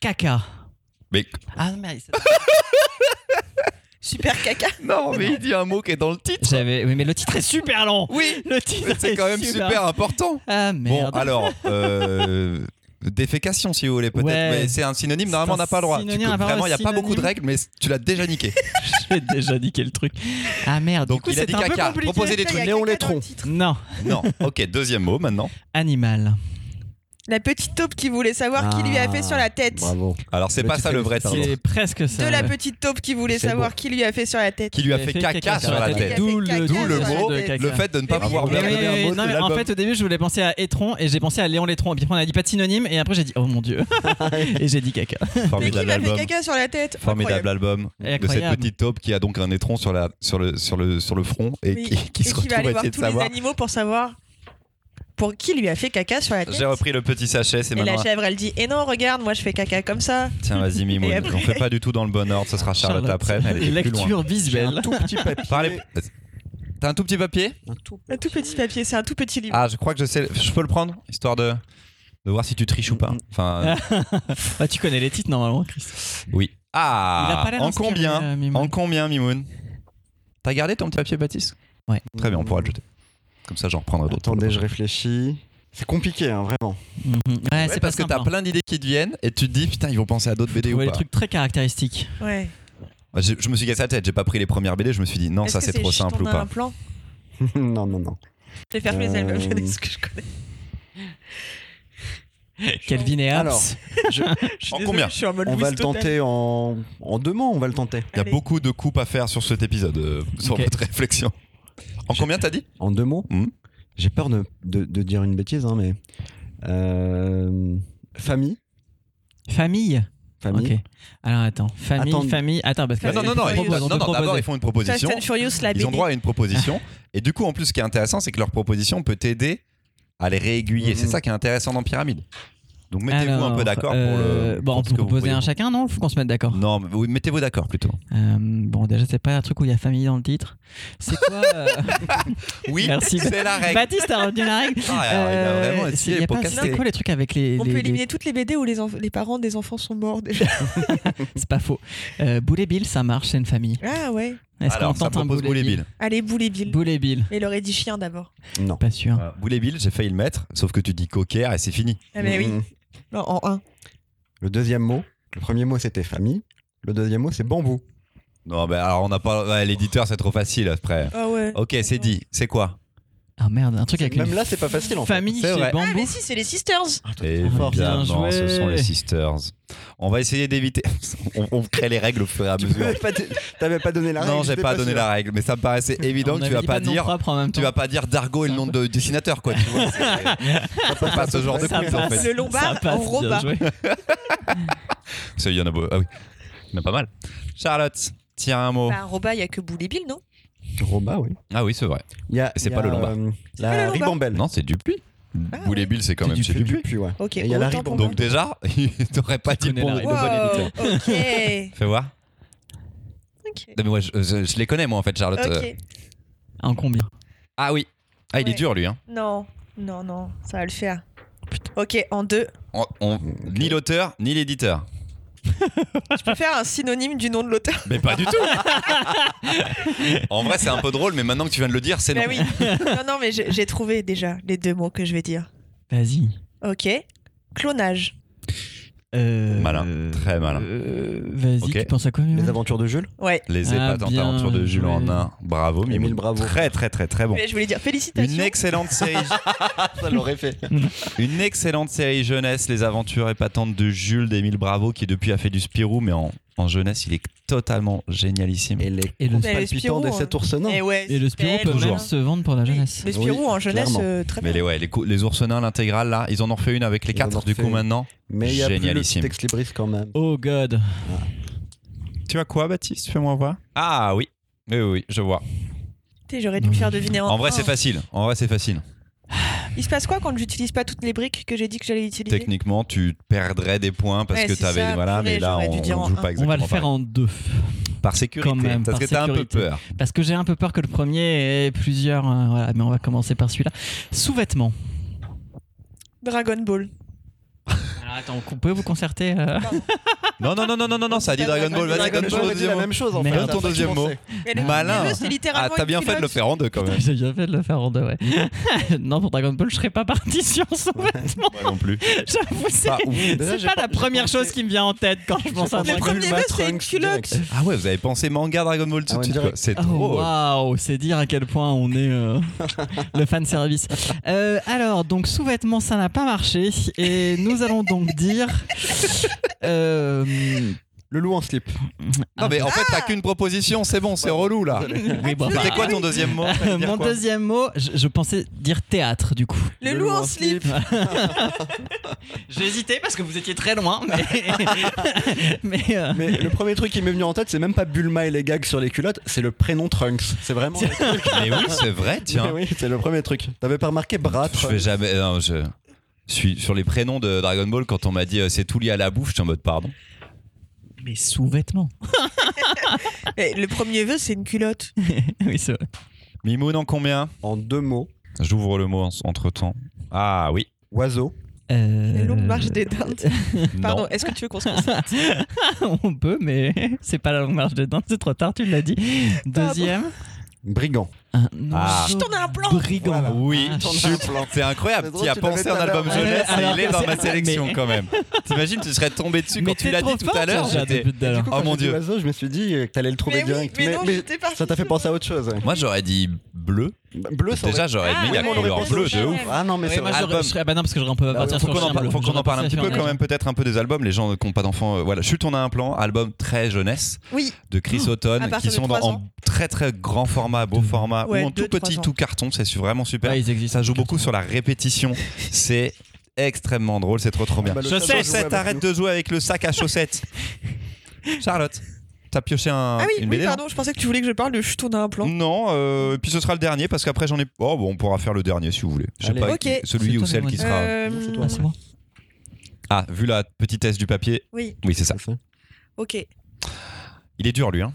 caca.
Mais...
Ah, merde.
Super caca.
Non, mais il dit un mot qui est dans le titre.
J'avais. Oui, mais le titre est super long. Oui. Le titre
C'est
est
quand même super important.
Ah, merde.
Bon, alors, euh, défécation si vous voulez peut-être,
Ouais.
mais c'est un synonyme,
C'est
normalement on
un
n'a pas le droit. Tu
synonyme,
peux-
on n'a pas le
vraiment, il n'y a
synonyme.
pas beaucoup de règles, mais tu l'as déjà niqué.
J'ai déjà niqué le truc. Ah, merde.
Donc,
du coup,
il a
c'est
dit
un peu
caca.
compliqué.
Proposez des
Putain,
trucs.
il y a
Léon
caca
Létron.
dans le titre.
Non,
Non, ok, deuxième mot maintenant.
animal.
La petite taupe qui voulait savoir qui lui a fait sur
Ah,
la tête.
Bravo.
Alors, c'est
Le
pas
titre
ça le
est
vrai
juste
titre.
C'est presque ça.
De la
ouais.
petite taupe qui voulait
C'est
savoir
beau.
qui lui a fait sur la tête.
Qui lui a
Il
fait caca sur la tête.
D'où
Il a
le,
fait
D'où le
sur la
mot,
tête.
le fait de ne pas
Mais
pouvoir
oui,
Mais
bien
oui,
regardez
oui,
un
oui.
mot de
Non, mais en
l'album.
fait, au début, je voulais penser à Étron et j'ai pensé à Léon Létron. Et puis après, on a dit pas de synonyme. Et après, j'ai dit, oh mon dieu. et j'ai dit caca.
Mais qui
Formidable
m'a fait
album.
caca sur la tête
Formidable album de cette
Incroyable.
petite taupe qui a donc un étron sur, la, sur, le, sur, le, sur le front et
Oui.
qui, qui
Et
se
qui va
retrouve à
aller voir
essayer de
tous les
savoir.
animaux pour savoir pour qui lui a fait caca sur la tête.
J'ai repris le petit sachet, c'est
Et la
maintenant.
chèvre, elle dit Eh non, regarde, moi je fais caca comme ça.
Tiens, vas-y, Mimoun.
Et après-
On fait pas du tout dans le bon ordre, ce sera Charlotte, après, mais elle était plus
Lecture
loin.
J'ai un
visuelle.
tout petit papier.
Parlez- T'as un tout petit papier
Un tout
Un tout petit papier, c'est un tout petit livre.
Ah, je crois que je sais. Je peux le prendre, histoire de, de voir si tu triches ou pas. Enfin, euh,
Bah, tu connais les titres normalement, Chris.
oui.
Il a
Ah,
pas l'air
en
inspiré,
combien
euh, Mimoun.
En combien, Mimoun T'as gardé ton petit papier, Baptiste
Ouais.
Très bien, on pourra le jeter. Comme ça, j'en reprendrai d'autres.
Attendez, je réfléchis. C'est compliqué, hein, vraiment.
Mhm. Ouais,
Ouais,
c'est
parce
pas
que t'as
simple, hein.
plein d'idées qui te viennent et tu te dis putain, ils vont penser à d'autres BD ou
Ouais,
pas.
les trucs très caractéristiques.
Ah.
Ouais.
Moi, Je, je me suis cassé la tête, j'ai pas pris les premières BD, je me suis dit non,
Est-ce
ça
que
c'est trop
juste,
simple
on
ou
a
pas.
un plan
non, non, non.
Je vais faire mes
Euh,
albums, je connais ce que je connais.
Calvin et
Alors,
Hobbes.
je-
Je suis
En
désolée,
combien
Je suis en mode
on
Louise
va le
totale.
tenter en... en deux mots, on va le tenter.
Il y a
Allez.
beaucoup de coupes à faire sur cet épisode, euh, sur
Ok.
votre réflexion. En combien t'as dit
En deux mots
Mhm.
J'ai peur de, de- de dire une bêtise, hein, mais. euh, Famille.
Famille.
Famille.
Ok. Alors attends, famille,
Attends.
famille. Attends, parce que.
Non, non, non, non,
Propose,
ils-
on
non,
peut
non, d'abord
proposer.
ils font une
Fast
proposition.
and Furious, la
Ils ont
BD.
droit à une proposition. et du coup, en plus, ce qui est intéressant, c'est que leur proposition peut t'aider à les réaiguiller.
Mhm.
C'est ça qui est intéressant dans Pyramide. Donc mettez-vous un peu
Alors,
d'accord pour
euh,
le.
Bon, on
pour ce
peut
que vous
proposer
voyez.
un chacun, non Faut qu'on se mette d'accord.
Non, mais oui, mettez-vous d'accord plutôt.
Euh, bon, déjà, c'est pas un truc où il y a famille dans le titre. C'est quoi euh,
Oui,
Merci.
c'est la règle.
Baptiste a retenu la règle.
Ah, alors, il a
Euh,
vraiment
c'est-
essayé
y a
pour
pas-
casser.
C'est quoi les trucs avec les.
On
les-
peut
les-
éliminer toutes les BD où les, enf- les parents des enfants sont morts déjà.
C'est pas faux. Euh, Boule et Bill, ça marche, c'est une famille.
ah ouais.
Est-ce qu'on
Alors, ça
tente un
propose
Boule et Bill
Allez, boule et Bill.
Boule et Bill.
Mais il aurait dit chien d'abord.
Non.
Pas sûr.
Ah. Boulet Bill, j'ai failli le mettre, sauf que tu dis cocker et c'est fini.
Ah, mais oui.
Mmh.
Mhm.
Non, en un.
Le deuxième mot. Le premier mot, c'était famille. Le deuxième mot, c'est bambou.
Non, mais alors on n'a pas. ouais, L'éditeur, c'est trop facile après.
Ah ouais.
Ok, c'est dit. C'est quoi
Ah merde, un truc avec
Même
une
là, c'est pas facile en fait.
famille
C'est
chez
vrai.
Ah, mais
Bambou.
si, c'est les Sisters.
Et
bien
évidemment,
joué.
ce sont les Sisters. On va essayer d'éviter. on, on crée les règles au fur et à
Tu
mesure.
peux pas dire- T'avais pas donné la règle
non, j'ai
j'étais
pas donné
sûr.
la règle, mais ça me paraissait évident
On
que tu
avait
vas
dit
pas
de nom
dire.
propre en même
Tu
temps.
vas pas dire Dargo et le nom de dessinateur, quoi. Tu vois, c'est- c'est pas ce genre de
Ça
quiz, hein. en
passe.
fait.
Le lombard
Ça passe,
en robot.
bien joué.
Parce qu'il y en a beau- Ah oui. Il y en a pas mal. Charlotte, tiens un mot.
Bah, un robot, il y a que Boule et Bill, non
Roba, oui.
Ah oui, c'est vrai.
Il y a-
C'est
il y
pas
a,
le lombar.
euh,
pas le
La
lombar.
ribambelle.
Non, c'est Dupuis.
Ah,
Boule et
oui.
Bill, c'est quand même chez
du
Dupuis.
Dupuis, ouais.
Ok.
Et il y a la
autant
ribambelle.
pour
Donc déjà, il t'aurait pas dit
connais
bon.
la
mot.
règle. de bon
Wow,
éditeur.
ok.
Fais voir.
Ok.
Non, mais ouais, je, je- je les connais, moi, en fait, Charlotte. Euh,
Ok.
Un combien
Ah oui. Ah, il est
Ouais.
dur, lui. Hein.
Non, non, non, ça va le faire. Ok, en deux.
On- on- Ni l'auteur, ni l'éditeur.
Je
Ah.
peux faire un synonyme du nom de l'auteur
Mais pas du tout. en vrai, c'est un peu drôle, mais maintenant que tu viens de le dire, c'est Ah, non.
Bah oui. Non, non, mais j'ai j'ai trouvé déjà les deux mots que je vais dire.
Vas-y.
Ok. Clonage.
Euh,
Malin,
euh,
très malin.
euh, Vas-y,
Ok.
tu penses à quoi Mimoun
Les aventures de Jules
Ouais.
Les
Ah,
épatantes
bien
aventures de Jules
joué.
en un. Bravo,
Émile,
Mimoun.
bravo.
Très, très, très, très bon.
Mais je voulais dire
Une
félicitations.
excellente série
Ça l'aurait fait.
Une excellente série jeunesse, Les Aventures épatantes de Jules d'Émile Bravo, qui depuis a fait du Spirou, mais en, en jeunesse, il est totalement génialissime.
Et les
Et le,
Mais le
palpitants
Spirou,
des
hein.
sept ours nains.
Et, ouais,
et le Spirou
c'est
peut
Toujours.
même se vendre pour la
Oui,
jeunesse.
Le Spirou
Oui,
en jeunesse,
clairement.
euh, très
Mais les,
bien.
ouais, les, cou- les oursonins, l'intégrale, là, ils en ont refait une avec les
Ils en ont
quatre, du
refait
coup,
une.
maintenant.
Mais il y a plus le
Génialissime.
petit ex libris quand même.
Oh god.
Tu as quoi, Baptiste Fais-moi voir. Ah oui. Oui, oui, oui, je vois.
Putain, J'aurais dû le faire deviner en,
En vrai,
un.
c'est facile. En vrai, c'est facile.
Il se passe quoi quand j'utilise pas toutes les briques que j'ai dit que j'allais utiliser
Techniquement, tu perdrais des points parce
Ouais,
que
c'est
tu avais.
ça,
voilà,
purée,
mais là,
j'aurais
on
dû dire
on
en
joue
un.
pas
On
exactement.
va le faire
pareil.
en deux.
Par sécurité.
quand même,
parce
par
que t'as un peu
sécurité.
peur.
Parce que j'ai un peu peur que le premier ait plusieurs. euh, voilà, mais on va commencer par celui-là. Sous-vêtements.
Dragon Ball.
Alors attends, vous pouvez vous concerter euh,
Non, non, non, non, non, non, non, ça a dit Dragon Ball. Vas-y,
Dragon
donne
Ball
ton
a dit la
deuxième mot.
même chose en
Mais
fait.
donne
Ça
ton
a pas
deuxième
commencé.
Mais le-
Mmh. Malin.
le jeu, c'est littéralement
Ah, t'as bien
une
fait de le
pilote.
faire en deux quand même.
J'ai bien fait de le faire en deux, ouais. non, pour Dragon Ball, je serais pas parti sur sous-vêtements.
Moi non plus.
J'avoue, c'est.
Pas ouf.
Déjà,
C'est
j'ai
pas
pas-
la
j'ai
première
pensé-
chose qui me vient en tête quand je pense à
J'ai
un
pensé
Les
truc.
premiers
Bulma
deux, c'est une
Trunks
culotte.
direct.
Ah ouais, vous avez pensé manga Dragon Ball
Ah
tout de
ouais,
suite.
direct.
quoi. C'est
Oh,
drôle.
waouh, c'est dire à quel point on est euh, le fan service. Euh, alors, donc, sous-vêtements, ça n'a pas marché. Et nous allons donc dire. euh,
Le loup en slip.
Non mais en fait t'as qu'une proposition, c'est bon, c'est relou là.
oui, bon,
C'était
bah,
quoi ton deuxième mot T'allais dire
Mon
quoi
deuxième mot, je, je pensais dire théâtre du coup.
Le, loup en slip.
J'ai hésité parce que vous étiez très loin, mais. mais, euh,
Mais le premier truc qui m'est venu en tête, c'est même pas Bulma et les gags sur les culottes, c'est le prénom Trunks. C'est vraiment.
Mais oui, c'est vrai,
Mais
tiens.
oui, c'est le premier truc. T'avais pas remarqué Brat
Je fais jamais euh, non, je suis sur les prénoms de Dragon Ball quand on m'a dit euh, c'est tout lié à la bouffe, je suis en mode pardon.
mais sous-vêtements.
Eh, le premier vœu, c'est une culotte.
oui, c'est vrai.
Mimoun en combien
en deux mots
J'ouvre le mot entre temps. Ah oui.
oiseau.
Euh,
La longue marche des dindes. Pardon,
Non.
est-ce que tu veux qu'on se concentre
On peut, mais c'est pas la longue marche de Dante, c'est trop tard, tu l'as dit. Deuxième.
Brigand.
Un
Ah.
oiseau
T'en as un plan
Brigand.
Voilà.
Oui,
Ah,
chut, c'est incroyable.
C'est drôle,
Tu as
tu l'avais
pensé
tout
en
à
album
l'heure.
jeunesse
Ouais,
et
alors
il est
que
dans
c'est-
ma sélection
mais-
quand même. T'imagines, tu serais tombé dessus
Mais
quand tu
t'es
l'as
trop
dit tout
fort,
à l'heure.
Georges,
j'étais-
depuis tout à l'heure.
Oh mon dieu.
Oiseau, je me suis dit que t'allais le trouver
Mais oui,
direct.
mais non, j'étais partie
ça t'a fait
sur-
penser à autre chose. ouais.
Moi j'aurais dit bleu.
Bah, Bleu, ça
Déjà
aurait-
j'aurais
Ah,
mis la
ouais,
couleur
ouais,
bleue
ouais,
de
ouais.
ouf.
Ah non, mais
Ouais,
c'est
moi,
vrai.
j'aurais-
Album. Euh,
je serais- bah non, parce que j'aurais un peu
Bah,
partir
faut
Faut
sur
qu'on en,
le
parle-
chien
faut
bleu.
qu'on en parle un
J'aurais
petit peu
préféré
quand même peut-être un peu des albums. Les gens qui n'ont pas d'enfants, euh, voilà. Chut, on a un plan, album très jeunesse
Oui,
de Chris
à
Auton qui
partir de
sont dans,
trois
en
ans.
très très grand format, beau format,
Ouais,
ou en
deux,
tout petit,
trois ans.
tout carton. C'est su- vraiment super.
Ouais, ils existent.
Ça joue beaucoup sur la répétition. C'est extrêmement drôle, c'est trop trop bien.
Ah bah, le
Je
chat
sais,
doit jouer
Chaussette,
avec
arrête
nous.
de jouer avec le sac à chaussettes. Charlotte, t'as pioché
ah
un,
oui,
Hein, une
oui
BD non
pardon, je pensais que tu voulais que je parle de chut, on a un plan.
non, euh, et puis ce sera le dernier parce qu'après j'en ai. Oh, bon, on pourra faire le dernier si vous voulez. Je sais
Allez.
pas
Ok.
qui-
C'est
celui ou
toi,
celle qui
Manon.
sera.
Euh,
Non, c'est toi.
Ah, c'est bon.
Ah, vu la petitesse du papier,
Oui,
oui, c'est ça.
ok.
Il est dur lui, hein.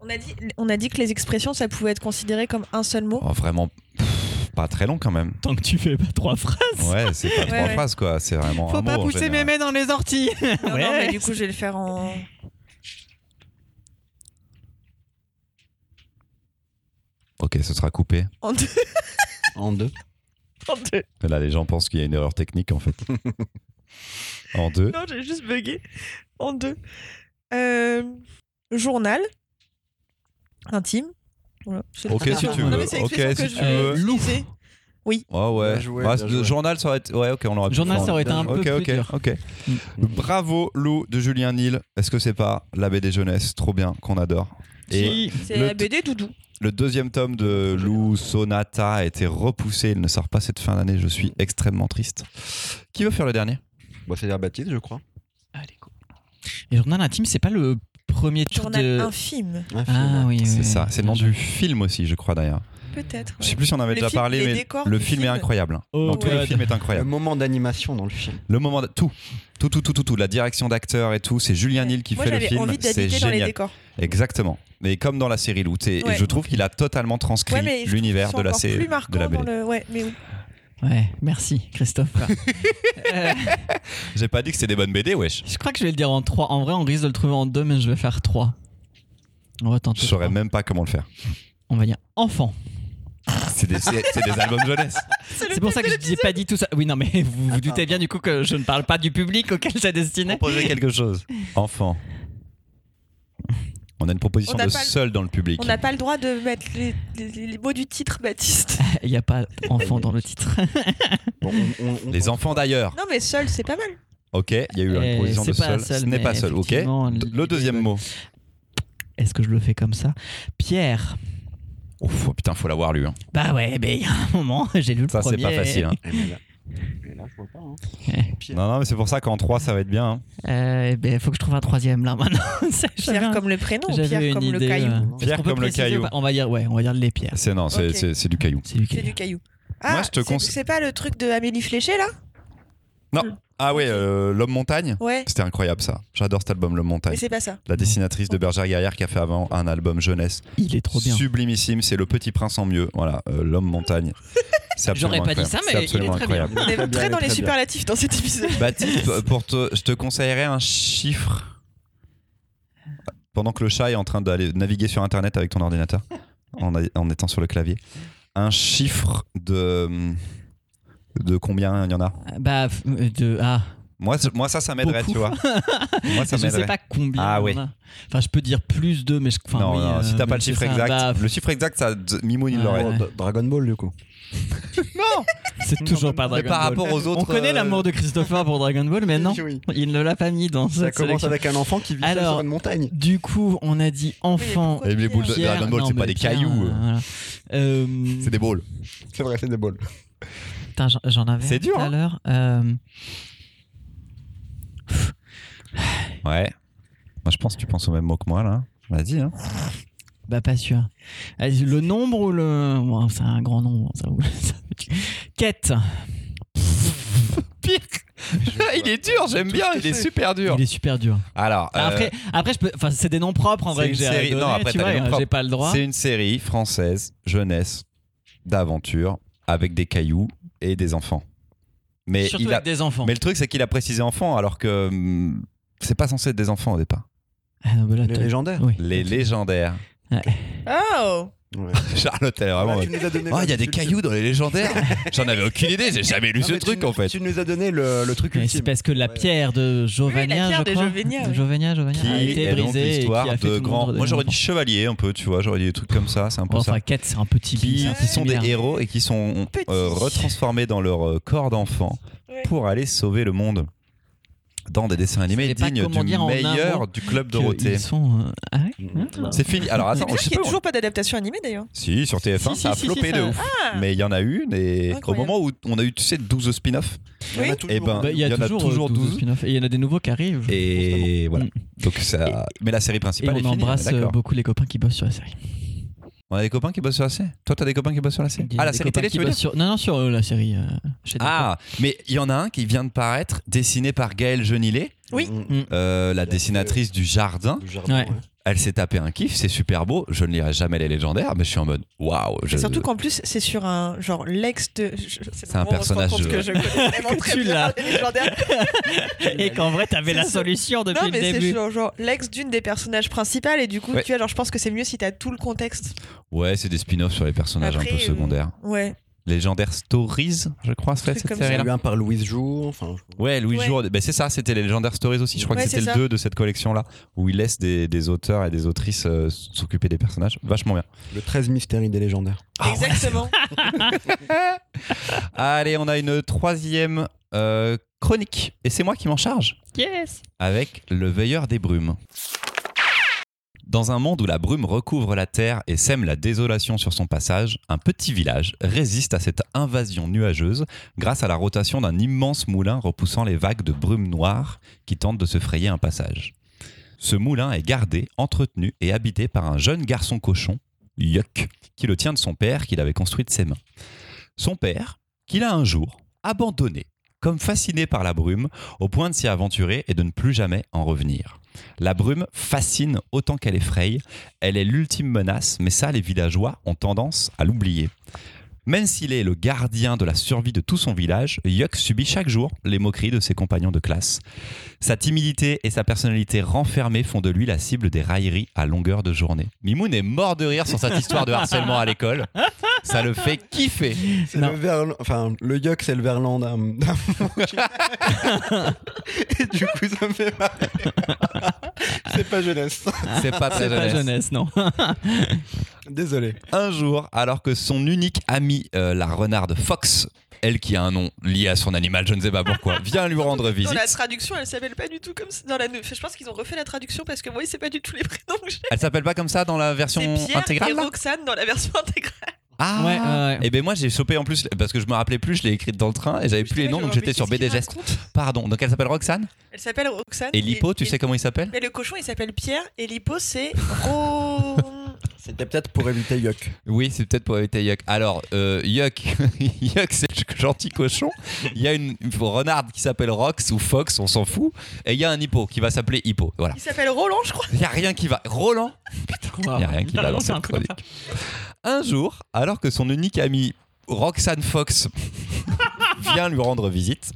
On a, dit, on a dit que les expressions, ça pouvait être considéré comme un seul mot.
Oh, vraiment pff, pas très long quand même.
Tant que tu fais pas trois phrases.
Ouais, c'est pas trois
ouais.
phrases quoi, c'est vraiment. un
Faut pas
mot, en
pousser mes
général.
mains dans les orties.
Non,
Ouais.
non, mais du coup, je vais le faire en.
Ok, ce sera coupé.
En deux.
En deux.
En deux.
Là, les gens pensent qu'il y a une erreur technique en fait. en deux.
Non, j'ai juste bugué. En deux. Euh, journal. Intime. Voilà, c'est
Ok,
tout.
si tu
Non,
veux.
mais c'est
Ok,
l'expression
si
que
tu
je vais
veux.
utiliser. Oui.
Ah ouais.
Bien joué,
Bah,
bien
le
joué.
journal, ça aurait été. Ouais, ok, on l'aura pu
Journal,
prendre.
ça aurait été un peu
Ok,
plus
ok,
dur.
ok.
Mm.
Bravo Lou de Julien Nil. Est-ce que c'est pas la BD jeunesse Trop bien, qu'on adore. Et
Si.
C'est
Le
la
t-
BD Doudou.
le deuxième tome de Lou Sonata a été repoussé. Il ne sort pas cette fin d'année. Je suis extrêmement triste. Qui veut faire le dernier
Bon, c'est Baptiste, je crois.
Allez, go. Et journal intime, c'est pas le premier titre
Journal
de.
infime,
Un film,
Ah
ouais.
oui, oui,
C'est
oui.
ça. C'est le nom du film aussi, je crois d'ailleurs.
peut-être.
Je sais plus si on en avait
Le
déjà
film,
parlé,
les
mais
décors
le
du
film est
film.
incroyable.
Oh,
Non, tout le
God.
film est
Le
incroyable.
moment d'animation dans le film.
Le moment, de... tout, tout, tout, tout, tout, tout. la direction d'acteur et tout, c'est Julien Nil qui
Moi,
fait le
j'avais
film.
envie
c'est
d'habiter dans les
génial.
décors.
Exactement. Mais comme dans la série Lou, t'es-
Ouais.
je trouve qu'il a totalement transcrit
Ouais, mais je trouve
l'univers
qu'ils
de la
sont encore
série,
Plus
de
marquant
la BD.
dans le. Ouais, mais oui.
Ouais, merci Christophe. Euh,
J'ai pas dit que c'était des bonnes BD, wesh.
je crois que je vais le dire en 3. En vrai, on risque de le trouver en 2, mais je vais faire 3. On va tenter.
Je saurais
trois.
même pas comment le faire.
On va dire enfant.
C'est des, c'est- c'est des albums jeunesse.
C'est pour ça que je n'ai pas dit tout ça. Oui, non, mais vous vous doutez bien du coup que je ne parle pas du public auquel ça destinait.
Proposer quelque chose. Enfant. On a une proposition
On n'a
de
pas le-
seul dans le public.
On n'a pas le droit de mettre les, les- les mots du titre, Baptiste.
Il n'y a pas enfant dans le titre.
Bon, on- on- on-
Les enfants d'ailleurs.
Non, mais seul, c'est pas mal.
Ok, il y a eu une
Eh,
proposition
c'est
de
pas
seul.
seul,
Ce n'est
mais
pas seul, ok.
effectivement,
Le deuxième mot.
Est-ce que je le fais comme ça Pierre.
Ouf, putain, faut l'avoir lu. hein.
Bah ouais, mais il y a un moment, j'ai lu le
Ça, c'est
premier.
pas facile. hein.
Eh, mais là- mais là, je vois pas, hein.
Non, non, mais c'est pour ça qu'en 3, ça va être bien. hein.
Euh, eh ben, il faut que je trouve un troisième là maintenant. Ça, j'avais
Pierre
un-
comme le prénom,
j'avais
Oh, Pierre
une
comme le
idée,
caillou.
euh, est-ce
Pierre
qu'on peut
comme le
préciser ou
caillou.
pas On va dire, ouais, on va dire les pierres.
C'est non, c'est
Ok.
c'est- c'est du caillou.
C'est du
C'est
caillou.
du caillou. Ah,
Moi, je te
c'est-
conse-
C'est pas le truc de Amélie Fléché, là
Ah ouais, euh, l'homme montagne.
Ouais.
C'était incroyable ça. J'adore cet album, l'homme
Mais
montagne.
c'est pas ça.
La dessinatrice de Bergère Gaillard qui a fait avant un album jeunesse
Il est trop bien.
sublimissime. C'est Le Petit Prince en mieux. Voilà, euh, l'homme montagne. C'est absolument
J'aurais pas dit
incroyable.
ça, mais
C'est
il est
absolument
très
incroyable.
On
bien,
est très,
elle est
dans
très
les
bien.
superlatifs dans cet épisode.
Baptiste, euh, pour te, je te conseillerais un chiffre pendant que le chat est en train d'aller naviguer sur Internet avec ton ordinateur, en, a- en étant sur le clavier. Un chiffre de de combien il y en a
Bah, f- euh, de. Ah,
Moi, c- moi ça, ça m'aiderait,
Beaucoup.
tu vois. Moi, ça
je sais
m'aiderait.
pas combien.
Ah
on
ouais.
a. Enfin, je peux dire plus de, mais je. Enfin,
non,
oui,
non,
euh,
si t'as pas
mais
le
c'est
chiffre
ça,
exact,
bah,
le chiffre exact, ça, Mimoun il
Ouais.
l'aurait.
Bon, D- Oh, Dragon Ball, du coup.
c'est toujours pas
Mais
Dragon
par
Ball.
rapport aux autres. euh,
On connaît l'amour de Christopher pour Dragon Ball, mais non,
Oui.
il ne l'a pas mis dans
Ça
cette
commence
sélection.
avec un enfant qui vit seul
Alors-
sur une montagne.
Du coup, on a dit enfant.
Et les boules de
Pierre-
Dragon Ball,
non,
c'est pas
mais
des
Pierre,
cailloux.
euh, voilà. Euh,
C'est des balls.
C'est vrai, c'est des balles.
Putain, j'en- j'en avais
C'est
un
dur,
tout à
hein.
l'heure. Euh,
Ouais. Moi, je pense que tu penses au même mot que moi, là. Vas-y, hein.
Bah pas sûr. Euh, Le nombre ou le... Bon, c'est un grand nombre. Ça... ça- Quête.
Pire Il est dur, j'aime bien, il est super dur.
Il est super dur. Bah,
Alors, euh,
Après, après je peux... enfin, c'est des noms propres en
c'est
vrai
une
que j'ai à
série-
donner,
non, après,
tu
t'as
vois,
les noms propres.
j'ai pas le droit.
c'est une série française, jeunesse, d'aventure, avec des cailloux et des enfants. Mais,
Surtout
il a...
avec des enfants.
Mais le truc, c'est qu'il a précisé enfant, alors que hum, c'est pas censé être des enfants au départ.
Ah, non, bah là,
Les
t'as-
légendaires.
oui.
Les légendaires. Bah.
Oh
Ouais.
Charlotte, elle est vraiment.
Ah, tu nous as donné
Oh,
la-
il y a des
tu-
cailloux dans les légendaires. J'en avais aucune idée, j'ai jamais lu
Non,
ce
mais tu
truc
nous-
en fait.
Tu nous as donné le, le truc
Mais C'est
ultime.
parce que la
Ouais.
pierre de Jovania,
pierre
je
de
crois,
Jovania,
de
oui.
Jovania, Jovania,
Qui
a été
est donc
brisée et qui a
l'histoire
fait tout
de
le
grands.
monde
Moi j'aurais dit
enfant.
chevalier un peu, tu vois, j'aurais dit des trucs comme ça, c'est un peu ça.
Enfin, Quête, c'est un petit
Qui,
c'est un
qui
petit
sont des
milliard.
héros et qui sont
Petit.
euh, retransformés dans leur euh, corps d'enfant
Ouais.
pour aller sauver le monde dans des dessins animés
savais pas
dignes
comment
du
dire en un mot
meilleur du club
Que
Dorothée.
Ils sont. euh, ah ouais
C'est fini. Alors attends, je
C'est
sais
qu'il n'y
pas.
a toujours pas d'adaptation animée d'ailleurs.
Si, sur TF1,
Si,
ça a
si, si,
flopé
si,
de
ça-
ouf.
Ah
Mais il y en a une et au
Incroyable.
moment où on a eu, tu sais, 12 spin-offs.
Il y en a
Oui.
toujours
Et ben,
Bah, Il y a toujours, euh, 12 spin-offs et il y en a des nouveaux qui arrivent.
Et voilà.
Mm.
Donc ça. Mais la série
Et
principale est
on
finie. on est
embrasse euh,
d'accord.
beaucoup les copains qui bossent sur la série.
On a des copains qui bossent sur la série. Toi, t'as des copains qui bossent sur la série.
Il y a
Ah, la
des
série
copains
télé,
qui
tu veux
bossent
dire
sur- Non, non, sur euh, la série. euh, chez
Ah, mais il y en a un qui vient de paraître, dessiné par Gaëlle Genilet,
Oui.
Mmh.
euh, la
Bien
dessinatrice du jardin.
Le jardin,
Mm. Ouais.
ouais.
Elle s'est tapé un kiff, c'est super beau. Je ne lirai jamais les légendaires, mais je suis en mode waouh.
Ah.
je-
Et surtout qu'en plus, c'est sur un genre l'ex de. je- je-
C'est un
vraiment, on se rend
personnage
compte
de-
que je connais vraiment très
tu
bien
l'as.
les légendaires.
Dorothée. Et qu'en vrai, t'avais
C'est
la
ça.
solution depuis
Non,
le
mais c'est
début.
genre, genre l'ex d'une des personnages principales et du coup,
Ouais.
tu vois, genre, je pense que c'est mieux si t'as tout le contexte.
Ouais, c'est des spin-offs sur les personnages un
Après,
peu
euh,
secondaires.
Ouais.
Légendaire Stories, je crois, c'est
Truc
cette
comme
Il y
série-là.
en a eu un par Louise Jour. Enfin, je-
Ouais, Louis
Ouais.
Jour, ben c'est ça, c'était les Legendary Stories aussi. Je crois
Ouais,
que c'était
c'est
le
ça.
2 de cette collection-là, où il laisse des, des auteurs et des autrices euh, s'occuper des personnages. Vachement bien.
Le 13 mystères des légendaires.
Ah
Exactement.
Allez, on a une troisième euh, chronique. Et c'est moi qui m'en charge.
Yes
avec Le Veilleur des Brumes. Dans un monde où la brume recouvre la terre et sème la désolation sur son passage, un petit village résiste à cette invasion nuageuse grâce à la rotation d'un immense moulin repoussant les vagues de brume noire qui tentent de se frayer un passage. Ce moulin est gardé, entretenu et habité par un jeune garçon cochon, Yuck, qui le tient de son père qu'il avait construit de ses mains. Son père, qu'il a un jour abandonné, comme fasciné par la brume, au point de s'y aventurer et de ne plus jamais en revenir. La brume fascine autant qu'elle effraye, elle est l'ultime menace, mais ça les villageois ont tendance à l'oublier. Même s'il est le gardien de la survie de tout son village, Yuck subit chaque jour les moqueries de ses compagnons de classe. Sa timidité et sa personnalité renfermée font de lui la cible des railleries à longueur de journée. Mimoun est mort de rire sur cette histoire de harcèlement à l'école. Ça le fait kiffer.
C'est
Non.
le Verlan- Enfin, le Yuck, c'est le Verlan d'un. d'un- Et du coup, ça me fait marrer. c'est pas jeunesse.
C'est pas très
C'est pas
jeunesse.
jeunesse, non.
Désolé.
un jour, alors que son unique amie, euh, la renarde Fox, elle qui a un nom lié à son animal, je ne sais pas pourquoi, vient lui rendre
Dans la
visite.
traduction, elle s'appelle pas du tout comme ça. Dans la... Je pense qu'ils ont refait la traduction parce que moi, c'est pas du tout les prénoms que j'ai.
Elle s'appelle pas comme ça dans la version
C'est Pierre
intégrale
et
là
Roxane dans la version intégrale.
Ah
Ouais, ouais, ouais.
Et ben moi j'ai chopé en plus parce que je me rappelais plus, je l'ai écrite dans le train et j'avais plus les noms donc j'étais sur BD Gest. Pardon. Donc elle s'appelle Roxane
Elle s'appelle Roxane.
et Lipo, tu sais comment il s'appelle
Mais le cochon, il s'appelle Pierre et Lipo, c'est Ro.
C'était peut-être pour éviter Yuck.
Oui, c'est peut-être pour éviter Yuck. Alors euh, Yuck, Yuck c'est le gentil cochon. Il y a une, une renarde qui s'appelle Rox ou Fox, on s'en fout. Et il y a un hippo qui va s'appeler Hippo. Voilà.
Il s'appelle Roland, je crois.
Il y a rien qui va. Roland Il n'y a rien qui va dans cette chronique. Un jour, alors que son unique amie Roxane Fox vient lui rendre visite,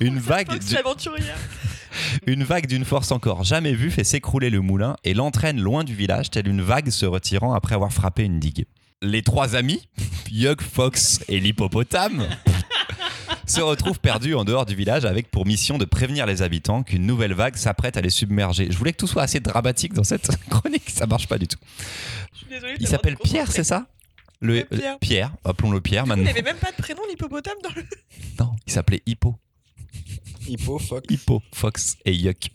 une vague,
Fox
du-
l'aventurière.
une vague d'une force encore jamais vue fait s'écrouler le moulin et l'entraîne loin du village, telle une vague se retirant après avoir frappé une digue. Les trois amis, Yug, Fox et l'hippopotame, se retrouvent perdus en dehors du village avec pour mission de prévenir les habitants qu'une nouvelle vague s'apprête à les submerger. Je voulais que tout soit assez dramatique dans cette chronique, ça marche pas du tout.
Je suis désolée de
Il
t'avoir
s'appelle
déconcentré.
Pierre, c'est ça le,
Ouais, Pierre.
euh, Pierre, appelons-le Pierre
Il
maintenant.
n'avait même pas de prénom, l'hippopotame, dans le.
Non, il s'appelait Hippo.
Hippo, fuck.
Hippo, Fox et Yuck.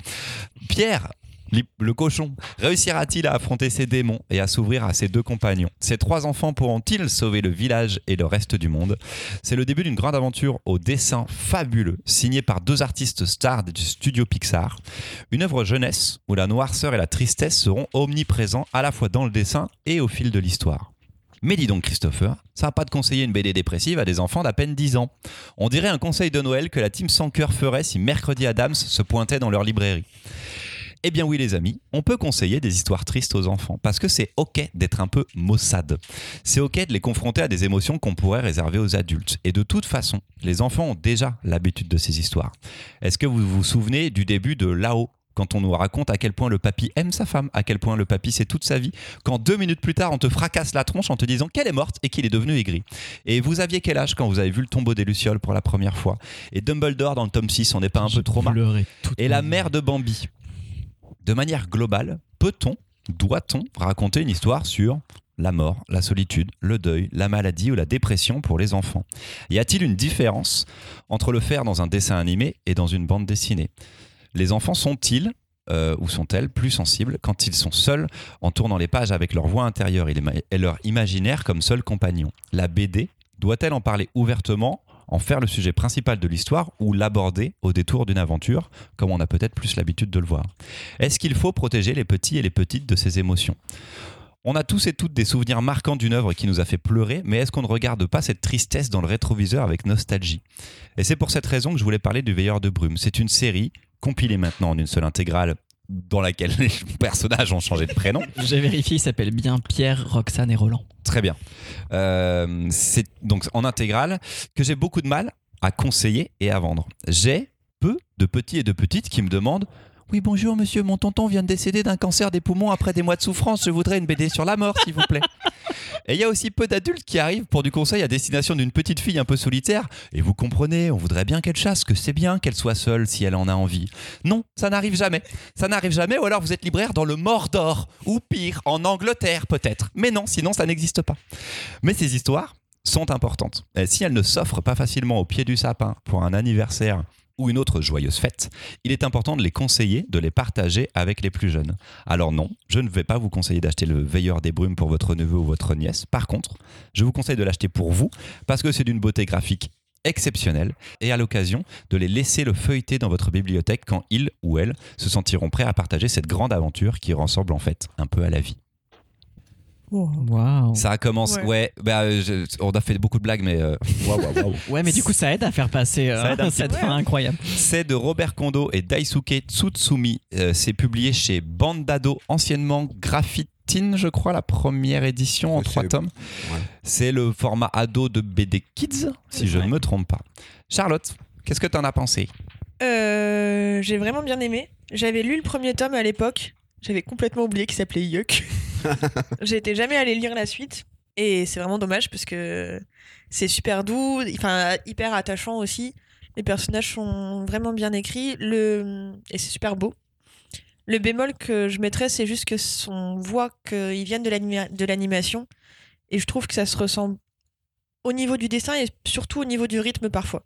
Pierre, l'hi- le cochon, réussira-t-il à affronter ses démons et à s'ouvrir à ses deux compagnons Ses trois enfants pourront-ils sauver le village et le reste du monde C'est le début d'une grande aventure au dessin fabuleux, signé par deux artistes stars du studio Pixar. Une œuvre jeunesse où la noirceur et la tristesse seront omniprésents à la fois dans le dessin et au fil de l'histoire. Mais dis donc Christopher, ça va pas de conseiller une BD dépressive à des enfants d'à peine 10 ans. On dirait un conseil de Noël que la team sans cœur ferait si Mercredi Adams se pointait dans leur librairie. Eh bien oui les amis, on peut conseiller des histoires tristes aux enfants, parce que c'est ok d'être un peu maussade. C'est ok de les confronter à des émotions qu'on pourrait réserver aux adultes. Et de toute façon, les enfants ont déjà l'habitude de ces histoires. Est-ce que vous vous souvenez du début de là-haut quand on nous raconte à quel point le papy aime sa femme, à quel point le papy c'est toute sa vie, quand deux minutes plus tard on te fracasse la tronche en te disant qu'elle est morte et qu'il est devenu aigri. Et vous aviez quel âge quand vous avez vu le tombeau des Lucioles pour la première fois Et Dumbledore dans le tome 6, on n'est pas un peu trop marre et la mère de Bambi. De manière globale, peut-on, doit-on raconter une histoire sur la mort, la solitude, le deuil, la maladie ou la dépression pour les enfants Y a-t-il une différence entre le faire dans un dessin animé et dans une bande dessinée Les enfants sont-ils euh, ou sont-elles plus sensibles quand ils sont seuls en tournant les pages avec leur voix intérieure et les- et leur imaginaire comme seul compagnon La BD doit-elle en parler ouvertement, en faire le sujet principal de l'histoire ou l'aborder au détour d'une aventure comme on a peut-être plus l'habitude de le voir. Est-ce qu'il faut protéger les petits et les petites de ces émotions on a tous et toutes des souvenirs marquants d'une œuvre qui nous a fait pleurer, mais est-ce qu'on ne regarde pas cette tristesse dans le rétroviseur avec nostalgie Et c'est pour cette raison que je voulais parler du Veilleur de Brume. C'est une série, compilée maintenant en une seule intégrale, dans laquelle les personnages ont changé de prénom.
J'ai vérifié, il s'appelle bien Pierre, Roxane et Roland.
Très bien. Euh, c'est donc en intégrale que j'ai beaucoup de mal à conseiller et à vendre. J'ai peu de petits et de petites qui me demandent Oui, bonjour monsieur, mon tonton vient de décéder d'un cancer des poumons après des mois de souffrance. Je voudrais une BD sur la mort, s'il vous plaît. Et il y a aussi peu d'adultes qui arrivent pour du conseil à destination d'une petite fille un peu solitaire. Et vous comprenez, on voudrait bien qu'elle chasse, que c'est bien qu'elle soit seule si elle en a envie. Non, ça n'arrive jamais. Ça n'arrive jamais, ou alors vous êtes libraire dans le Mordor, ou pire, en Angleterre peut-être. Mais non, sinon ça n'existe pas. Mais ces histoires sont importantes. Et si elles ne s'offrent pas facilement au pied du sapin pour un anniversaire ou une autre joyeuse fête, il est important de les conseiller, de les partager avec les plus jeunes. Alors non, je ne vais pas vous conseiller d'acheter le Veilleur des Brumes pour votre neveu ou votre nièce. Par contre, je vous conseille de l'acheter pour vous parce que c'est d'une beauté graphique exceptionnelle et à l'occasion de les laisser le feuilleter dans votre bibliothèque quand ils ou elles se sentiront prêts à partager cette grande aventure qui ressemble en fait un peu à la vie.
Waouh.
Ça commence, ouais,
Ouais.
bah, euh, je- on a fait beaucoup de blagues, mais euh, waouh, waouh, waouh.
Ouais, mais du coup, ça aide à faire passer euh,
Ça aide un petit
cette
peu.
fin incroyable.
C'est de Robert Kondo et Daisuke Tsutsumi. Euh, c'est publié chez Bandado, anciennement Graphitine, je crois, la première édition en
Oui,
trois
c'est-
tomes.
ouais.
C'est le format ado de BD Kids, si je ne
Ouais.
me trompe pas. Charlotte, qu'est-ce que t'en as pensé
Euh, j'ai vraiment bien aimé. J'avais lu le premier tome à l'époque. J'avais complètement oublié qu'il s'appelait Yuck. J'étais jamais allé lire la suite. Et c'est vraiment dommage parce que c'est super doux, enfin hyper attachant aussi. Les personnages sont vraiment bien écrits. Le... Et c'est super beau. Le bémol que je mettrais, c'est juste que s- on voit qu'ils viennent de l'anima- de l'animation. Et je trouve que ça se ressent au niveau du dessin et surtout au niveau du rythme parfois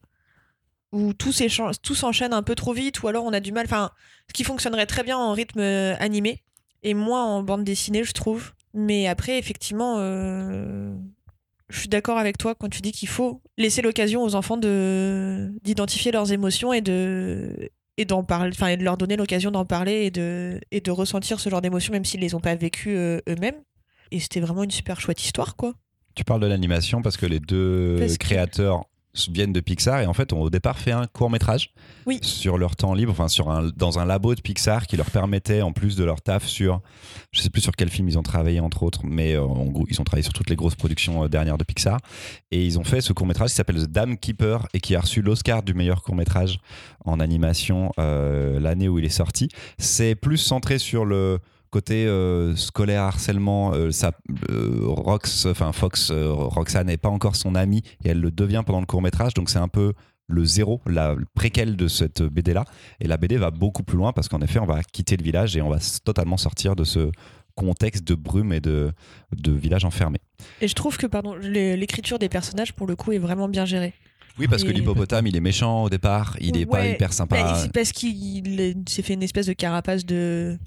où tout s'échange- tout s'enchaîne un peu trop vite, ou alors on a du mal. Enfin, ce qui fonctionnerait très bien en rythme euh, animé, et moins en bande dessinée, je trouve. Mais après, effectivement, euh, je suis d'accord avec toi quand tu dis qu'il faut laisser l'occasion aux enfants de d'identifier leurs émotions et de et d'en parler, enfin, et de leur donner l'occasion d'en parler et de et de ressentir ce genre d'émotions, même s'ils les ont pas vécues euh, eux-mêmes. Et c'était vraiment une super chouette histoire, quoi.
Tu parles de l'animation parce que les deux
Parce que-
créateurs viennent de Pixar et en fait ont au départ fait un court métrage
Oui.
sur leur temps libre, enfin sur un, dans un labo de Pixar qui leur permettait en plus de leur taf sur, je sais plus sur quel film ils ont travaillé entre autres, mais euh, en gros ils ont travaillé sur toutes les grosses productions euh, dernières de Pixar et ils ont fait ce court métrage qui s'appelle The Dam Keeper et qui a reçu l'Oscar du meilleur court métrage en animation euh, l'année où il est sorti. C'est plus centré sur le côté euh, scolaire harcèlement euh, ça euh, Rox enfin Fox euh, Roxane n'est pas encore son amie et elle le devient pendant le court métrage donc c'est un peu le zéro la le préquel de cette BD là et la BD va beaucoup plus loin parce qu'en effet on va quitter le village et on va s- totalement sortir de ce contexte de brume et de, de village enfermé.
Et je trouve que, pardon, l'é- l'écriture des personnages pour le coup est vraiment bien gérée.
Oui parce que
Et-
l'hippopotame il est méchant au départ, il est pas
Ouais,
hyper
Bah,
sympa.
c'est parce qu'il il s'est fait une espèce de carapace de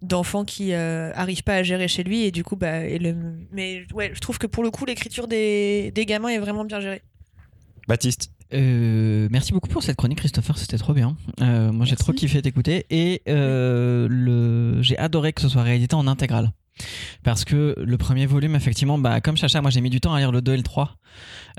d'enfant qui euh, arrive pas à gérer chez lui et du coup bah et le mais ouais je trouve que pour le coup l'écriture des, des gamins est vraiment bien gérée
Baptiste,
Euh, merci beaucoup pour cette chronique, Christopher. C'était trop bien. Euh, moi, j'ai
Merci.
trop kiffé t'écouter et euh, le... j'ai adoré que ce soit réédité en intégrale. Parce que le premier volume, effectivement, bah, comme Chacha, moi j'ai mis du temps à lire le 2 et le 3.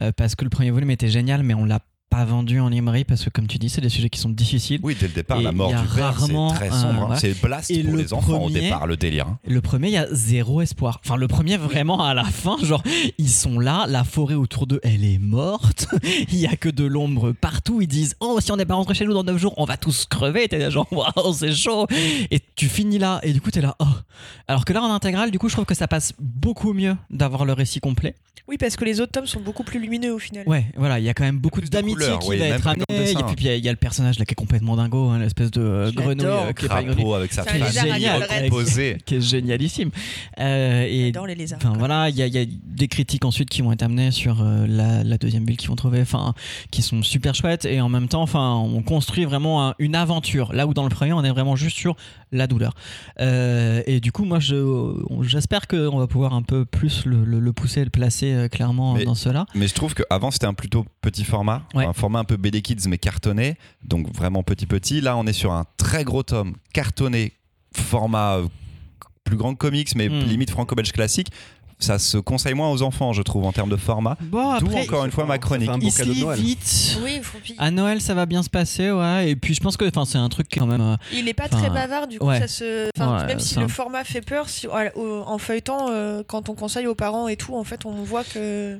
euh, parce que le premier volume était génial, mais on l'a pas vendu en librairie. Parce que, comme tu dis, c'est des sujets qui sont difficiles.
oui dès le départ
Et
la mort
il y a
du père c'est
rarement
très
un-
sombre, hein.
voilà.
c'est blast
Et
pour
le
les enfants au
premier-
départ le délire. hein.
Le premier, il y a zéro espoir. Enfin, le premier, vraiment, à la fin, genre, ils sont là, la forêt autour d'eux, elle est morte. il y a que de l'ombre partout. Ils disent, oh, si on n'est pas rentré chez nous dans 9 jours, on va tous crever. T'es là, genre, waouh, c'est chaud. Et tu finis là, et du coup, t'es là, oh. Alors que là, en intégrale, du coup, je trouve que ça passe beaucoup mieux d'avoir le récit complet.
oui parce que les autres tomes sont beaucoup plus lumineux au final
Ouais, voilà, il y a quand même beaucoup
Plus de
d'amitié
couleurs,
qui
oui,
va
même
être
plus
amenée.
dans le dessin.
Et puis, il y a- il y, a le personnage là qui est complètement dingo, hein, l'espèce de euh,
Je l'adore,
grenouille euh, qui est pas une grenouille,
crapaud avec sa
C'est un hein,
femme
lézard
géniale
à
la
composée.
qui est génialissime. Euh, et
j'adore les lézards
Enfin voilà, il y, a- il y a des critiques ensuite qui vont être amenées sur euh, la, la deuxième bulle qu'ils vont trouver, enfin, qui sont super chouettes. Et en même temps, enfin, on construit vraiment un- une aventure. Là où dans le premier, on est vraiment juste sur la douleur. Euh, et du coup, moi, je- on- j'espère qu'on va pouvoir un peu plus le, le- le pousser, le placer euh, clairement
Mais-
dans cela.
Mais je trouve qu'avant, c'était un plutôt petit format,
Ouais.
un format un peu BD Kids, mais cartonné, donc vraiment petit petit. Là, on est sur un très gros tome, cartonné, format euh, plus grand que comics, mais
Hmm.
limite franco-belge classique. Ça se conseille moins aux enfants, je trouve, en termes de format.
Bon,
D'où
après,
encore une fois ma chronique.
un beau
il se
cadeau de
lit
Noël.
vite.
oui Froupy.
À Noël, ça va bien se passer, ouais. Et puis, je pense que enfin, c'est un truc qui est quand même. euh,
il est pas
Enfin,
très bavard du coup
ouais.
ça se enfin,
Ouais,
même si
ça-
le format fait peur si- au- en feuilletant euh, quand on conseille aux parents et tout en fait on voit que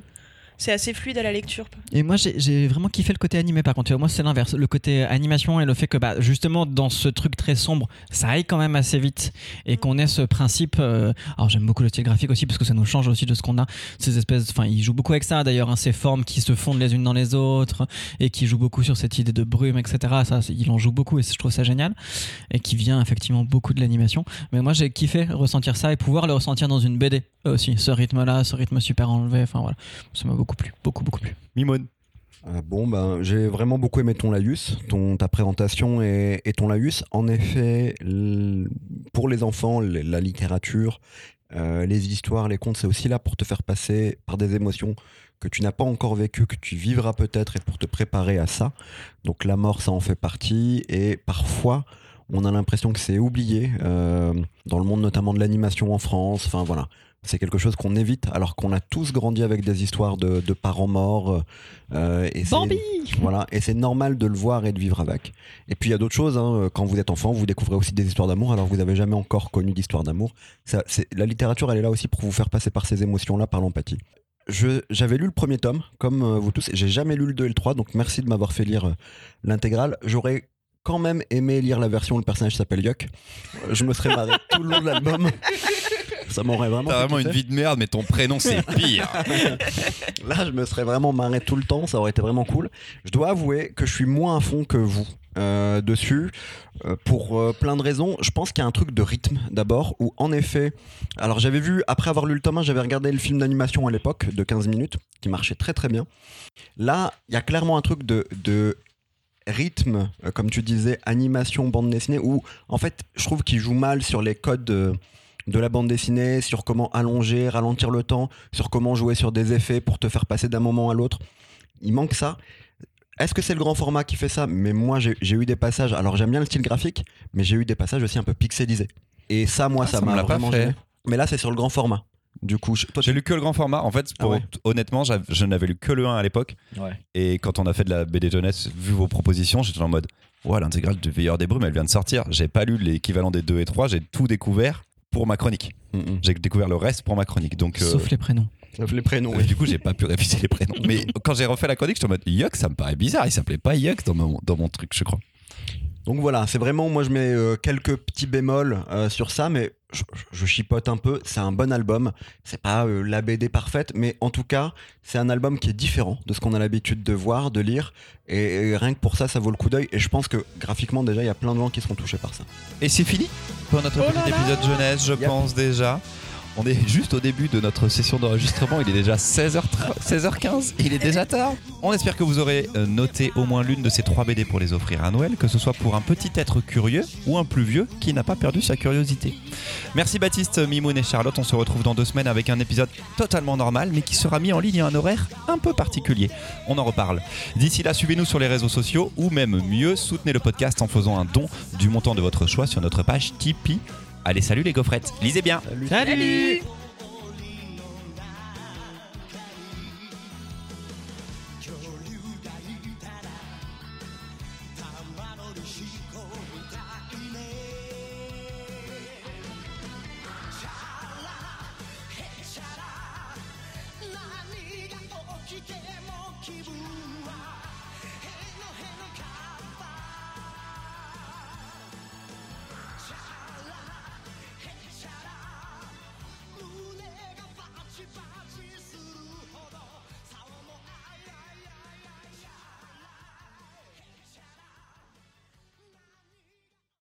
C'est assez fluide à la lecture.
Et moi, j'ai- j'ai vraiment kiffé le côté animé, par contre. Tu vois, Moi, c'est l'inverse. Le côté animation et le fait que, bah, justement, dans ce truc très sombre, ça aille quand même assez vite et qu'on ait ce principe. euh, Alors, j'aime beaucoup le style graphique aussi parce que ça nous change aussi de ce qu'on a. Ces espèces. Enfin, ils jouent beaucoup avec ça, d'ailleurs, hein, ces formes qui se fondent les unes dans les autres et qui jouent beaucoup sur cette idée de brume, etc. Ça, c'est- il en joue beaucoup et je trouve ça génial. Et qui vient effectivement beaucoup de l'animation. Mais moi, j'ai kiffé ressentir ça et pouvoir le ressentir dans une BD aussi. Ce rythme-là, ce rythme super enlevé. Enfin, voilà. Ça m'a beaucoup plu. Beaucoup, beaucoup plu.
Mimone.
Ah bon, ben, j'ai vraiment beaucoup aimé ton laïus, ton, ta présentation et, et ton laïus. En effet, l- pour les enfants, l- la littérature, euh, les histoires, les contes, c'est aussi là pour te faire passer par des émotions que tu n'as pas encore vécues, que tu vivras peut-être et pour te préparer à ça. Donc la mort, ça en fait partie. Et parfois, on a l'impression que c'est oublié, euh, dans le monde notamment de l'animation en France. Enfin voilà, c'est quelque chose qu'on évite alors qu'on a tous grandi avec des histoires de, de parents morts. euh, et c'est-
Bambi
voilà, et c'est normal de le voir et de vivre avec. Et puis il y a d'autres choses, hein, quand vous êtes enfant, vous découvrez aussi des histoires d'amour, alors que vous n'avez jamais encore connu d'histoire d'amour. Ça, c'est- La littérature, elle est là aussi pour vous faire passer par ces émotions-là, par l'empathie. Je- J'avais lu le premier tome, comme euh, vous tous, et j'ai jamais lu le 2 et le 3, donc merci de m'avoir fait lire euh, l'intégrale. J'aurais quand même aimé lire la version où le personnage s'appelle Yuck. Euh, Je me serais marré tout le long de l'album. Ça m'aurait vraiment.
T'as
fait
vraiment une
kiffer.
vie de merde, mais ton prénom c'est pire.
Là, je me serais vraiment marré tout le temps, ça aurait été vraiment cool. Je dois avouer que je suis moins à fond que vous euh, dessus, euh, pour euh, plein de raisons. Je pense qu'il y a un truc de rythme d'abord, où en effet, alors j'avais vu, après avoir lu le tome 1, j'avais regardé le film d'animation à l'époque de 15 minutes, qui marchait très très bien. Là, il y a clairement un truc de... de rythme, euh, comme tu disais, animation, bande dessinée, où en fait je trouve qu'il joue mal sur les codes euh, de la bande dessinée, sur comment allonger, ralentir le temps, sur comment jouer sur des effets pour te faire passer d'un moment à l'autre. Il manque ça. Est-ce que c'est le grand format qui fait ça Mais moi, j'ai j'ai eu des passages. Alors, j'aime bien le style graphique, mais j'ai eu des passages aussi un peu pixelisés. Et ça, moi,
Ah,
ça
ça me
m'a
l'a pas
vraiment
fait.
gêné. Mais là, c'est sur le grand format. Du coup, je- toi,
J'ai
tu-
lu que le grand format. En fait, pour-
Ah ouais.
honnêtement, j'av- je n'avais lu que le 1 à l'époque. Et quand on a fait de la BD jeunesse, vu vos propositions, j'étais en mode Ouais, l'intégrale du Veilleur des Brumes, elle vient de sortir. J'ai pas lu l'équivalent des 2 et 3, j'ai tout découvert pour ma chronique.
Mm, mm.
J'ai découvert le reste pour ma chronique. Donc, euh,
Sauf les prénoms.
Sauf les prénoms.
euh, du coup, j'ai pas pu réviser les prénoms. Mais quand j'ai refait la chronique, j'étais en mode Yuck, ça me paraît bizarre. Il s'appelait pas Yuck dans mon, dans mon truc, je crois.
Donc voilà, c'est vraiment, moi je mets euh, quelques petits bémols euh, sur ça, mais je, je- je chipote un peu. C'est un bon album. C'est pas euh, la BD parfaite, mais en tout cas, c'est un album qui est différent de ce qu'on a l'habitude de voir, de lire. Et, et rien que pour ça, ça vaut le coup d'œil. Et je pense que graphiquement, déjà, il y a plein de gens qui seront touchés par ça.
Et c'est fini pour notre
Oh là
petit
là
épisode jeunesse, je
Yep.
pense déjà. On est juste au début de notre session d'enregistrement, il est déjà 16h, 16h15, il est déjà tard. On espère que vous aurez euh, noté au moins l'une de ces trois BD pour les offrir à Noël, que ce soit pour un petit être curieux ou un plus vieux qui n'a pas perdu sa curiosité. Merci Baptiste, Mimoun et Charlotte, on se retrouve dans deux semaines avec un épisode totalement normal mais qui sera mis en ligne à un horaire un peu particulier. On en reparle. D'ici là, suivez-nous sur les réseaux sociaux ou même mieux, soutenez le podcast en faisant un don du montant de votre choix sur notre page Tipeee. Allez, salut les gaufrettes, lisez bien
Salut
「何が起きても気分